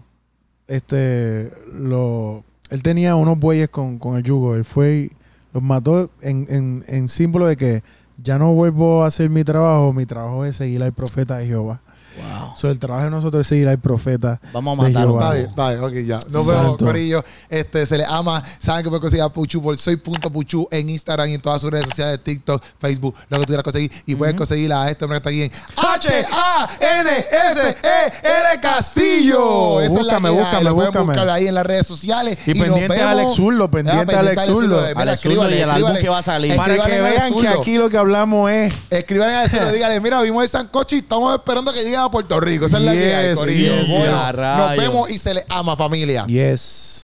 Speaker 4: Este. Lo, él tenía unos bueyes con, con el yugo. Él fue y los mató en, en, en símbolo de que ya no vuelvo a hacer mi trabajo. Mi trabajo es seguir al profeta de Jehová.
Speaker 3: Wow.
Speaker 4: O sea, el trabajo de nosotros es seguir al profeta.
Speaker 3: Vamos a
Speaker 4: De
Speaker 3: matarlo.
Speaker 4: Jehová.
Speaker 2: Está bien, está bien, ok, ya. Nos vemos,
Speaker 4: Santo.
Speaker 2: Corillo. Este, se les ama. Saben que pueden conseguir a Puchu por soy.puchu en Instagram y en todas sus redes sociales, TikTok, Facebook, lo que tú quieras conseguir. Y puedes conseguir a este hombre que está aquí en H-A-N-S-E-L Castillo. Esa es la
Speaker 4: E Búscame,
Speaker 2: que hay.
Speaker 4: búscame,
Speaker 2: Lo pueden
Speaker 4: búscame.
Speaker 2: buscar ahí en las redes sociales.
Speaker 4: Y
Speaker 2: nos
Speaker 4: pendiente a
Speaker 2: vemos.
Speaker 4: Alex Zurlo, pendiente a Alex Zurlo.
Speaker 2: Mira,
Speaker 3: Alex Zurlo
Speaker 2: escríbanle,
Speaker 3: y el álbum
Speaker 2: escríbanle.
Speaker 3: que va a salir.
Speaker 2: Escríbanle
Speaker 4: Para que
Speaker 2: a Alex
Speaker 4: vean que
Speaker 2: Zurlo.
Speaker 4: aquí lo que hablamos es.
Speaker 2: Escríbanle a Zurlo, díganle, mira, vimos el sancocho y estamos esperando que lleguen a Puerto Rico. Esa es la que hay,
Speaker 4: Yes,
Speaker 2: Corillo.
Speaker 4: yes,
Speaker 2: Bueno,
Speaker 3: yes.
Speaker 2: Nos
Speaker 3: Rayo.
Speaker 2: vemos y se les ama, familia.
Speaker 4: Yes.